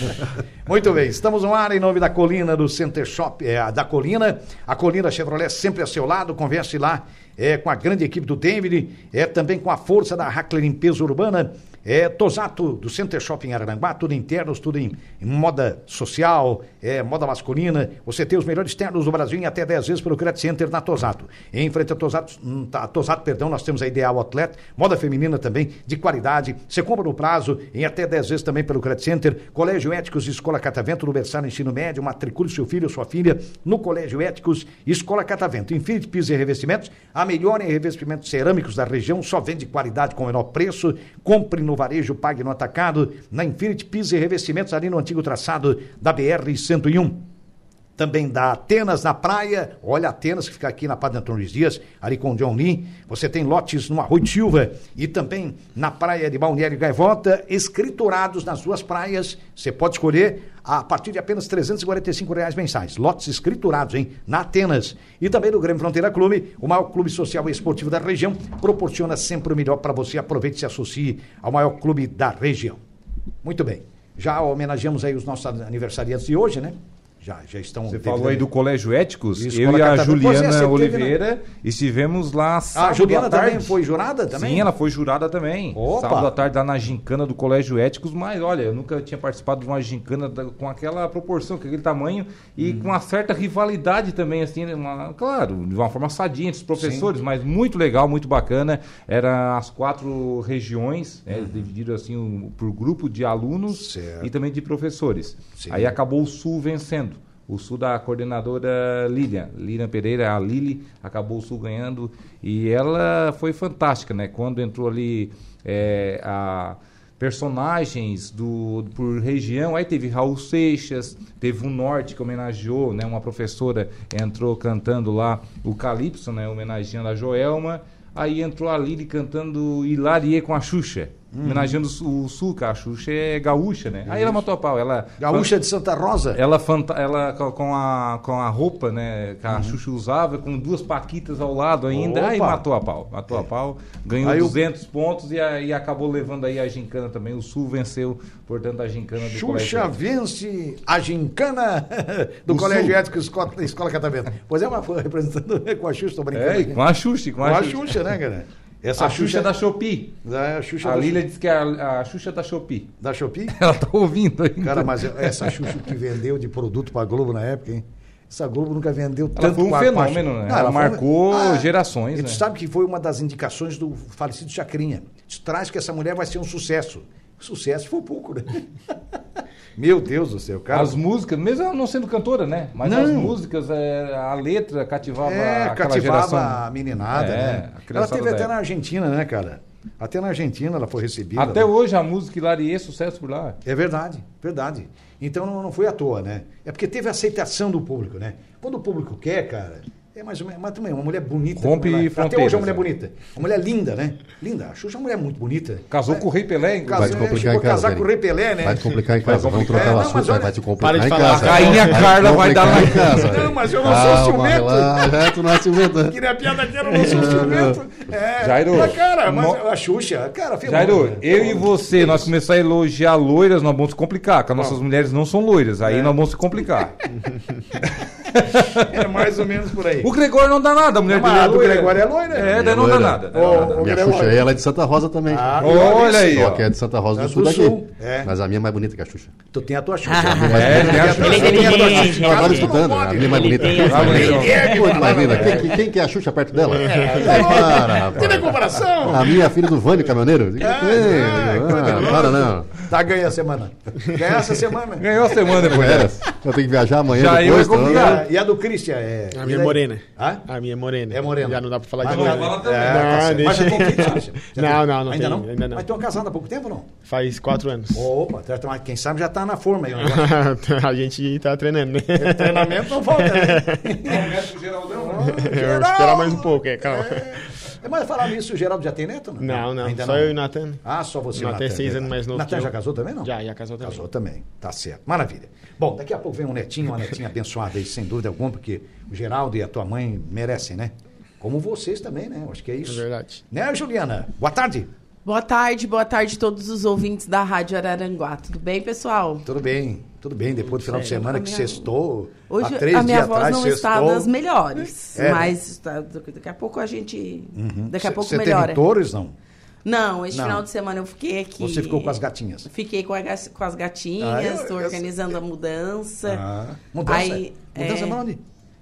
C: Muito bem, estamos no ar em nome da Colina, do Center Shop, é, da Colina. A Colina Chevrolet é sempre a seu lado, converse lá é, com a grande equipe do David, é, também com a força da Hackler Limpeza Urbana, é, Tosato, do Center Shop em Araranguá, tudo em ternos, tudo em, em moda social, é, moda masculina. Você tem os melhores ternos do Brasil em até 10 vezes pelo Credit Center na Tosato. Em frente a Tosato, hum, tá, Tosato, perdão, nós temos a Ideal Atleta, moda feminina também, de qualidade. Você compra no prazo, em até 10 vezes também pelo Credit Center. Colégio Éticos, Escola Catavento, no berçário Ensino Médio, matricule seu filho ou sua filha no Colégio Éticos, Escola Catavento. Infinity Piso e Revestimentos, a melhor em revestimentos cerâmicos da região, só vende qualidade com o menor preço. Compre no varejo, pague no atacado, na Infinity Piso e Revestimentos, ali no antigo traçado da BR-101 também da Atenas na praia, olha Atenas que fica aqui na Padre Antônio dos Dias, ali com o John Lee, você tem lotes no Arroio de Silva e também na praia de Balneário Gaivota, escriturados nas duas praias, você pode escolher a partir de apenas 345 reais mensais, lotes escriturados, hein, na Atenas e também do Grêmio Fronteira Clube, o maior clube social e esportivo da região, proporciona sempre o melhor para você, aproveite e se associe ao maior clube da região. Muito bem, já homenageamos aí os nossos aniversariantes de hoje, né? Já, já estão
D: Você falou aí do Colégio Éticos,
C: Isso,
D: eu
C: Escola
D: e a
C: Catavento. Pois é,
D: Juliana
C: você teve,
D: Oliveira estivemos lá
C: Ah,
D: sábado
C: a Juliana
D: à tarde.
C: também foi jurada também?
D: Sim, ela foi jurada também.
C: Opa!
D: Sábado à tarde lá na gincana do Colégio Éticos, mas olha, eu nunca tinha participado de uma gincana da- com aquela proporção, com aquele tamanho e
C: Hum.
D: com uma certa rivalidade também, assim, né, uma- claro, de uma forma sadia entre os professores, mas muito legal, muito bacana. Era as quatro regiões, né, dividido assim um- por grupo de alunos
C: Uhum. Certo.
D: e também de professores.
C: Sim.
D: Aí acabou o Sul vencendo. O Sul da coordenadora Lilian, Lilian Pereira, a Lili, acabou o Sul ganhando e ela foi fantástica, né? Quando entrou ali eh, a personagens do por região, aí teve Raul Seixas, teve o Norte que homenageou, né? Uma professora entrou cantando lá o Calypso, né? Homenageando a Joelma. Aí entrou a Lili cantando Hilarie com a Xuxa, homenageando o Sul- o Sul, que a Xuxa é gaúcha, né? Aí ela matou a pau, ela
C: Gaúcha de Santa Rosa.
D: ela, fanta- ela co- com, a, com a roupa, né, que a Xuxa usava, com duas paquitas ao lado ainda,
C: Uhum. Opa! É.
D: aí matou a pau. Matou a pau, ganhou
C: Aí o-
D: 200 pontos e, a- e acabou levando aí a gincana também. O Sul venceu, portanto, a gincana do
C: Xuxa
D: colégio.
C: vence a gincana <laughs> do
D: Do
C: Colégio
D: Sul.
C: Ético Escola, Escola Catavento. Pois é, mas foi representando <laughs> com a Xuxa, tô brincando.
D: É, e
C: aqui.
D: com a Xuxa,
C: Com a Xuxa, né, cara? Essa
D: A Xuxa é da Shopee.
C: da, a Xuxa
D: A
C: da,
D: Lilia disse que é a, a Xuxa da Shopee. <laughs>
C: da Shopee.
D: Ela tá ouvindo ainda.
C: Cara, mas essa Xuxa que vendeu de produto pra Globo na época, hein? Essa Globo nunca vendeu tanto
D: foi um
C: com a- com a
D: fenômeno,
C: Xuxa.
D: né?
C: Não,
D: Ela
C: foi um-
D: marcou gerações,
C: E tu
D: né?
C: sabe que foi uma das indicações do falecido Chacrinha. Tu traz que essa mulher vai ser um sucesso. Sucesso foi pouco, né? <laughs> Meu Deus do céu, cara.
D: As músicas, mesmo ela não sendo cantora, né? Mas
C: Não.
D: as músicas, é, a letra cativava
C: É,
D: aquela
C: cativava
D: geração.
C: a meninada,
D: É,
C: né?
D: a
C: Ela
D: criançada
C: teve até
D: da
C: na Argentina, né, cara? Até na Argentina ela foi recebida.
D: Até
C: né?
D: hoje a música Hilarie é sucesso por lá.
C: É verdade, verdade. Então não, não foi à toa, né? É porque teve aceitação do público, né? Quando o público quer, cara, é mais ou menos. Mas também, uma mulher bonita.
D: Rompe
C: como ela- Até
D: fronteiras,
C: hoje é uma mulher
D: né?
C: bonita. Uma mulher linda, né? Linda. A Xuxa é uma mulher muito bonita.
D: Casou
C: Mas-
D: com o Rei Pelé,
C: Casou,
F: Vai
D: inclusive.
F: te
C: né?
F: complicar
C: Chegou
F: em
C: a casar
F: casa.
C: com o Rei Pelé, né?
F: Vai te complicar em casa. Vamos
C: complicar.
F: trocar o
C: É, não, mas
F: assunto. aí,
C: olha-
F: Vai
E: Para de
F: te complicar em
E: falar.
F: casa.
D: A rainha
C: É
F: Vai te
D: Carla vai
F: complicar
D: dar lá em
F: casa. Ah, aí.
C: Não, mas eu não sou
F: Calma,
C: ciumento.
F: relaxa, tu não é ciumento.
C: Que nem a piada dela, eu <laughs> não sou ciumento. É.
D: Jairo,
C: Mas, cara, mas
D: mo-
C: a Xuxa, cara, fenômeno,
D: Jairo,
C: né?
D: eu e você, nós começar a elogiar loiras, nós vamos se complicar, porque as nossas mulheres não são loiras, aí nós vamos
C: <laughs>
D: se complicar.
C: É mais ou menos por aí.
D: O Gregório não dá nada, a mulher
C: Não, mas
D: dele é
C: a do
D: loira.
C: Gregório é loira.
D: É, daí não
F: Loira.
D: dá nada. né?
C: Ô, ô,
F: Ah, Minha
C: Gregório.
F: Xuxa aí, ela é de Santa Rosa também.
C: um Ah,
D: Olha aí,
F: Só
D: ó.
F: que é de Santa Rosa
C: É
F: do Sul
C: do
F: daqui.
C: Sul, é.
F: Mas a minha é mais bonita que a Xuxa.
C: <laughs> Tu tem a tua Xuxa.
D: É, né?
C: Ela
G: Ele é inteligente.
F: Ela tava
G: ele-
F: estudando, a minha é mais
G: ele
F: bonita.
G: tem
D: essa-
C: É,
F: Pô, mais linda. Quem, quem- quem que é a Xuxa perto dela? Para,
C: Tem
F: para.
C: comparação? é,
F: A minha filha do Vânia Caminhoneiro? É, ah, para, não.
C: Tá ganha a semana. Ganha essa semana.
D: Ganhou a semana depois né?
C: <laughs>
F: É,
D: dessa.
F: eu tenho que viajar amanhã
D: Já
F: depois.
D: eu-
F: então,
C: E
F: né?
C: a, e a do Christian? É,
E: A minha é morena.
C: Hã?
E: A minha é morena.
C: É morena.
E: Já não dá pra falar
C: Ah,
E: de
C: não,
E: morena.
D: ela
C: é,
D: também.
E: Não,
C: tá certo. Mas já
E: <laughs> deixa.
C: tem um filho, Christian? <laughs> Já tem?
E: Não, não,
C: Ainda
E: não tem,
C: não?
E: ainda não.
C: Mas estão casados há pouco tempo ou não?
E: Faz quatro anos.
C: Opa, tá- tá- quem sabe já tá na forma aí. o negócio.
E: <laughs> a gente tá treinando, né?
C: Treinamento não falta, né?
D: Começa o
C: um <laughs>
D: Geraldão.
E: <laughs> Eu vou esperar mais um pouco, é, calma.
C: É, Mas falar nisso, o Geraldo já tem neto?
E: Não, não.
C: Ainda
E: só
C: não.
E: eu e o Natan.
C: Ah, só você.
E: Natan é seis
C: verdade.
E: anos mais novo
C: Natan
E: que
C: já
E: eu.
C: casou também, não?
E: Já, já casou também.
C: Casou também, tá certo. Maravilha. Bom, daqui a pouco vem um netinho, uma
E: <laughs>
C: netinha abençoada aí, sem dúvida alguma, porque o Geraldo e a tua mãe merecem, né? Como vocês também, né? Acho que é isso.
E: É verdade.
C: Né, Juliana? Boa tarde.
I: Boa tarde, boa tarde a todos os ouvintes da Rádio Araranguá. Tudo bem, pessoal?
C: Tudo bem, tudo bem. Depois do final de semana que
I: minha-
C: sextou,
I: Hoje
C: há três
I: a minha
C: dias
I: voz
C: atrás
I: não
C: sextou.
I: está nas melhores,
C: É. Uhum.
I: mas tá- daqui a pouco a gente, daqui a
C: Cê-
I: pouco
C: cê
I: melhora.
C: teve touros, não?
I: Não, esse
C: Não.
I: final de semana eu fiquei aqui.
C: Você ficou com as gatinhas.
I: Fiquei com, a ga- com as
C: Ah,
I: gatinhas,
C: eu-
I: estou
C: eu-
I: organizando a mudança.
C: Ah, mudança.
I: Aí,
C: mudança
I: é,
C: pra onde?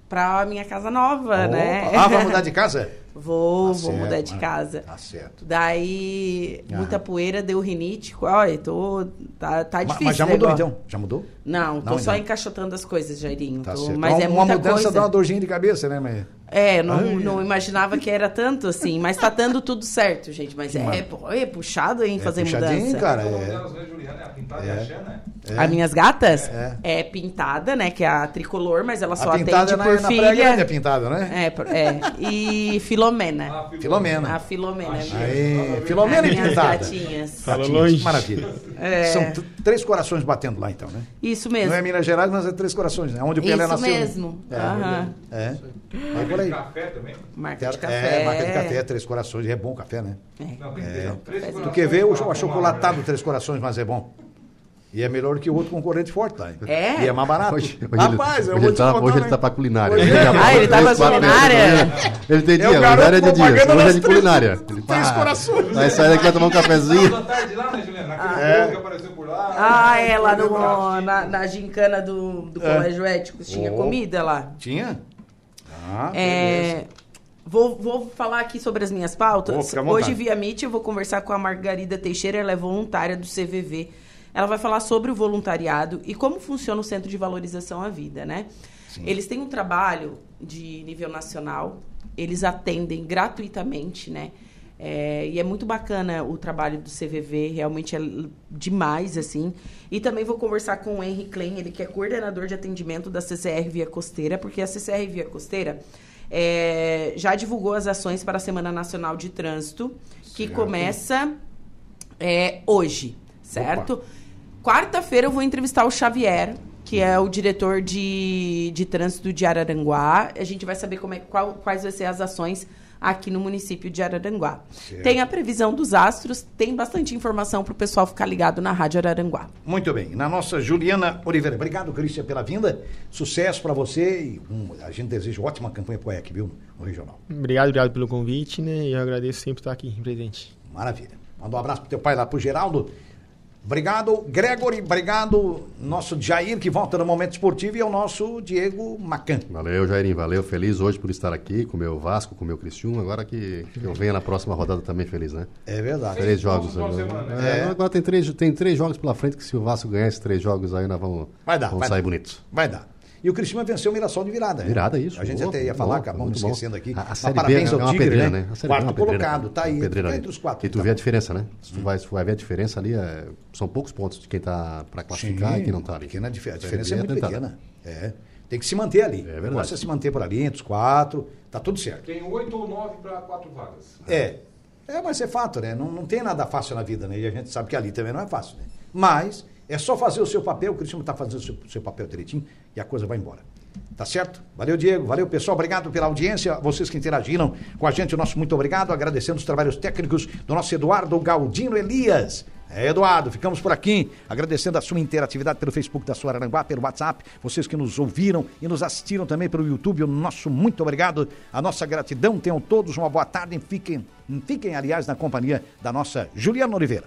I: Pra minha casa nova,
C: Opa.
I: né?
C: Ah, vai mudar de casa?
I: Vou,
C: Tá
I: <laughs> vou
C: certo,
I: mudar de
C: maravilha.
I: casa.
C: Tá Ah. certo.
I: Daí,
C: Aham.
I: muita poeira, deu rinite. Olha, tô, tá, tá
C: Ma-
I: difícil.
C: mas já
I: o
C: mudou
I: negócio.
C: então? Já mudou?
I: Não, tô
C: Não,
I: só
C: ainda.
I: encaixotando as coisas, Jairinho.
C: Tá
I: tô-
C: certo.
I: Mas
C: uma,
I: é
C: uma
I: muita
C: mudança
I: coisa.
C: dá uma dorzinha de cabeça, né, mas
I: É, não, não imaginava que era tanto assim, mas tá dando tudo certo, gente. Mas é,
C: maravilha.
I: pô, é puxado em
C: é
I: fazer
C: puxadinho,
I: mudança.
C: cara.
D: O nome
C: É,
D: delas, né, Juliana? É a pintada e a Xana?
I: As minhas gatas
C: É.
I: é. pintada, né? Que é a tricolor, mas ela só
C: a pintada
I: atende
C: é na,
I: por
C: na Praia Grande, a
I: filha.
C: pintada, né?
I: É, por- é. E Filomena.
D: Ah,
C: Filomena.
I: É. A Filomena.
C: Aí, Filomena
I: As
C: e
I: minhas
C: pintada.
I: gatinhas.
E: Falou
C: Gatinhas,
E: longe.
C: Maravilha. São t- três corações batendo lá, então, né?
I: Isso É. mesmo.
C: Não é Minas Gerais, mas é três corações, né? Onde o Pelé
I: Isso
C: nasceu. né?
I: mesmo.
C: É,
I: Aham.
C: é. Vai por aí.
D: Café também?
I: Marca de café.
C: É, marca de café, três corações. É bom o café, né?
D: Não, tem que ter. Três
C: É. Tu
D: corações
C: quer ver o
D: pra
C: o
D: tomar,
C: achocolatado Três Corações, mas é bom. E é melhor que o outro concorrente forte lá. hein?
I: É?
C: E é mais barato.
F: Hoje, hoje
C: Rapaz,
F: ele,
C: eu
F: hoje
C: vou
F: ele
C: te
F: tá,
C: contar,
F: hoje ele
C: né?
F: tá pra culinária.
C: Hoje
F: Ele
C: é.
F: já
I: Ah, ele tá
F: três,
I: pra
F: quatro vezes
I: culinária.
F: por semana. Ele tem
C: É o
F: dia, o
C: garoto
F: horário é de dia.
C: propaganda
F: Hoje é
C: das
F: de
C: três-
F: culinária.
C: <laughs>
F: Ele,
C: Três
F: pá,
C: Corações.
F: Aí sai daqui,
C: <laughs>
F: vai tomar um
D: Boa
C: É.
F: cafezinho.
D: tarde lá, né, Juliana? Aquele povo que apareceu por lá.
I: Ah, é, lá
D: Comeu
I: no,
D: prato.
I: na, na gincana do, do
C: É.
I: Colégio Ético tinha
C: Oh.
I: comida lá.
C: Tinha? Ah, beleza.
I: É, vou, vou falar aqui sobre as minhas pautas.
C: Oh, fica à vontade.
I: Hoje, via Meet, eu vou conversar com a Margarida Teixeira, ela é voluntária do CVV. Ela vai falar sobre o voluntariado e como funciona o Centro de Valorização à Vida, né? Eles têm um trabalho de nível nacional, eles atendem gratuitamente, né? É, e é muito bacana o trabalho do CVV, realmente é l- demais, assim. E também vou conversar com o Henry Klein, ele que é coordenador de atendimento da CCR Via Costeira, porque a CCR Via Costeira é, já divulgou as ações para a Semana Nacional de Trânsito, que começa é, hoje, certo? Quarta-feira eu vou entrevistar o Xavier, que é o diretor de, de trânsito de Araranguá. A gente vai saber como é, qual- quais vão ser as ações aqui no município de Araranguá. Tem a previsão dos astros, tem bastante informação para o pessoal ficar ligado na Rádio Araranguá.
C: Muito bem. Na nossa Juliana Oliveira. Obrigado, Cristian, pela vinda. Sucesso pra você. E hum, a gente deseja ótima campanha pro EC, viu? No Regional.
E: Obrigado, obrigado pelo convite, né? E eu agradeço sempre estar aqui presente.
C: Maravilha. Manda um abraço pro teu pai lá, pro Geraldo. Obrigado, Gregory. Obrigado, nosso Jair, que volta no Momento Esportivo, e ao nosso Diego Macan.
F: Valeu, Jairinho. Valeu. Feliz hoje por estar aqui com o meu Vasco, com o meu Cristiúma. Agora que que eu venha na próxima rodada também feliz, né?
C: É verdade.
F: Três jogos.
D: final de
F: agora.
D: semana,
F: É, agora tem três, tem três jogos pela frente que se o Vasco ganhar esses três jogos aí, nós vamos,
C: Vai dar,
F: vamos
C: vai
F: sair
C: dar.
F: bonitos.
C: Vai dar. E o Cristina venceu o Mirassol de virada. né?
F: Virada, isso.
C: A gente
F: Boa,
C: até ia
F: muito
C: falar,
F: bom,
C: acabamos
F: muito bom.
C: esquecendo aqui.
F: A, a
C: Mas
F: série B
C: parabéns
F: é
C: ao
F: uma
C: Tigre,
F: pedreira,
C: né?
F: né? A série B é uma
C: Quarto
F: pedreira,
C: colocado, tá aí.
F: uma pedreira,
C: Tá
F: né?
C: entre os quatro.
F: E tu
C: Tá
F: vê a
C: bom.
F: diferença, né? Se tu vai, se tu vai ver a diferença ali, é- são poucos pontos de quem tá pra classificar
C: Sim,
F: e quem não tá ali.
C: Pequena, dif- a
F: Série
C: diferença
F: B
C: é muito
F: tentada.
C: pequena. É. Tem que se manter ali.
F: É
C: O
F: verdade.
C: negócio é se manter por ali, entre os quatro. Tá tudo certo.
D: Tem oito ou nove para quatro vagas.
C: É. É, mas é fato, né? Não, não tem nada fácil na vida, né? E a gente sabe que ali também não é fácil, né? Mas é só fazer o seu papel, o Cristiano está fazendo o seu, seu papel direitinho e a coisa vai embora. Tá certo? Valeu, Diego. Valeu, pessoal. Obrigado pela audiência. Vocês que interagiram com a gente, o nosso muito obrigado. Agradecendo os trabalhos técnicos do nosso Eduardo Galdino Elias. É, Eduardo, ficamos por aqui, agradecendo a sua interatividade pelo Facebook da sua Aranguá, pelo WhatsApp, vocês que nos ouviram e nos assistiram também pelo YouTube, o nosso muito obrigado, a nossa gratidão, tenham todos uma boa tarde e fiquem, fiquem, aliás, na companhia da nossa Juliana Oliveira.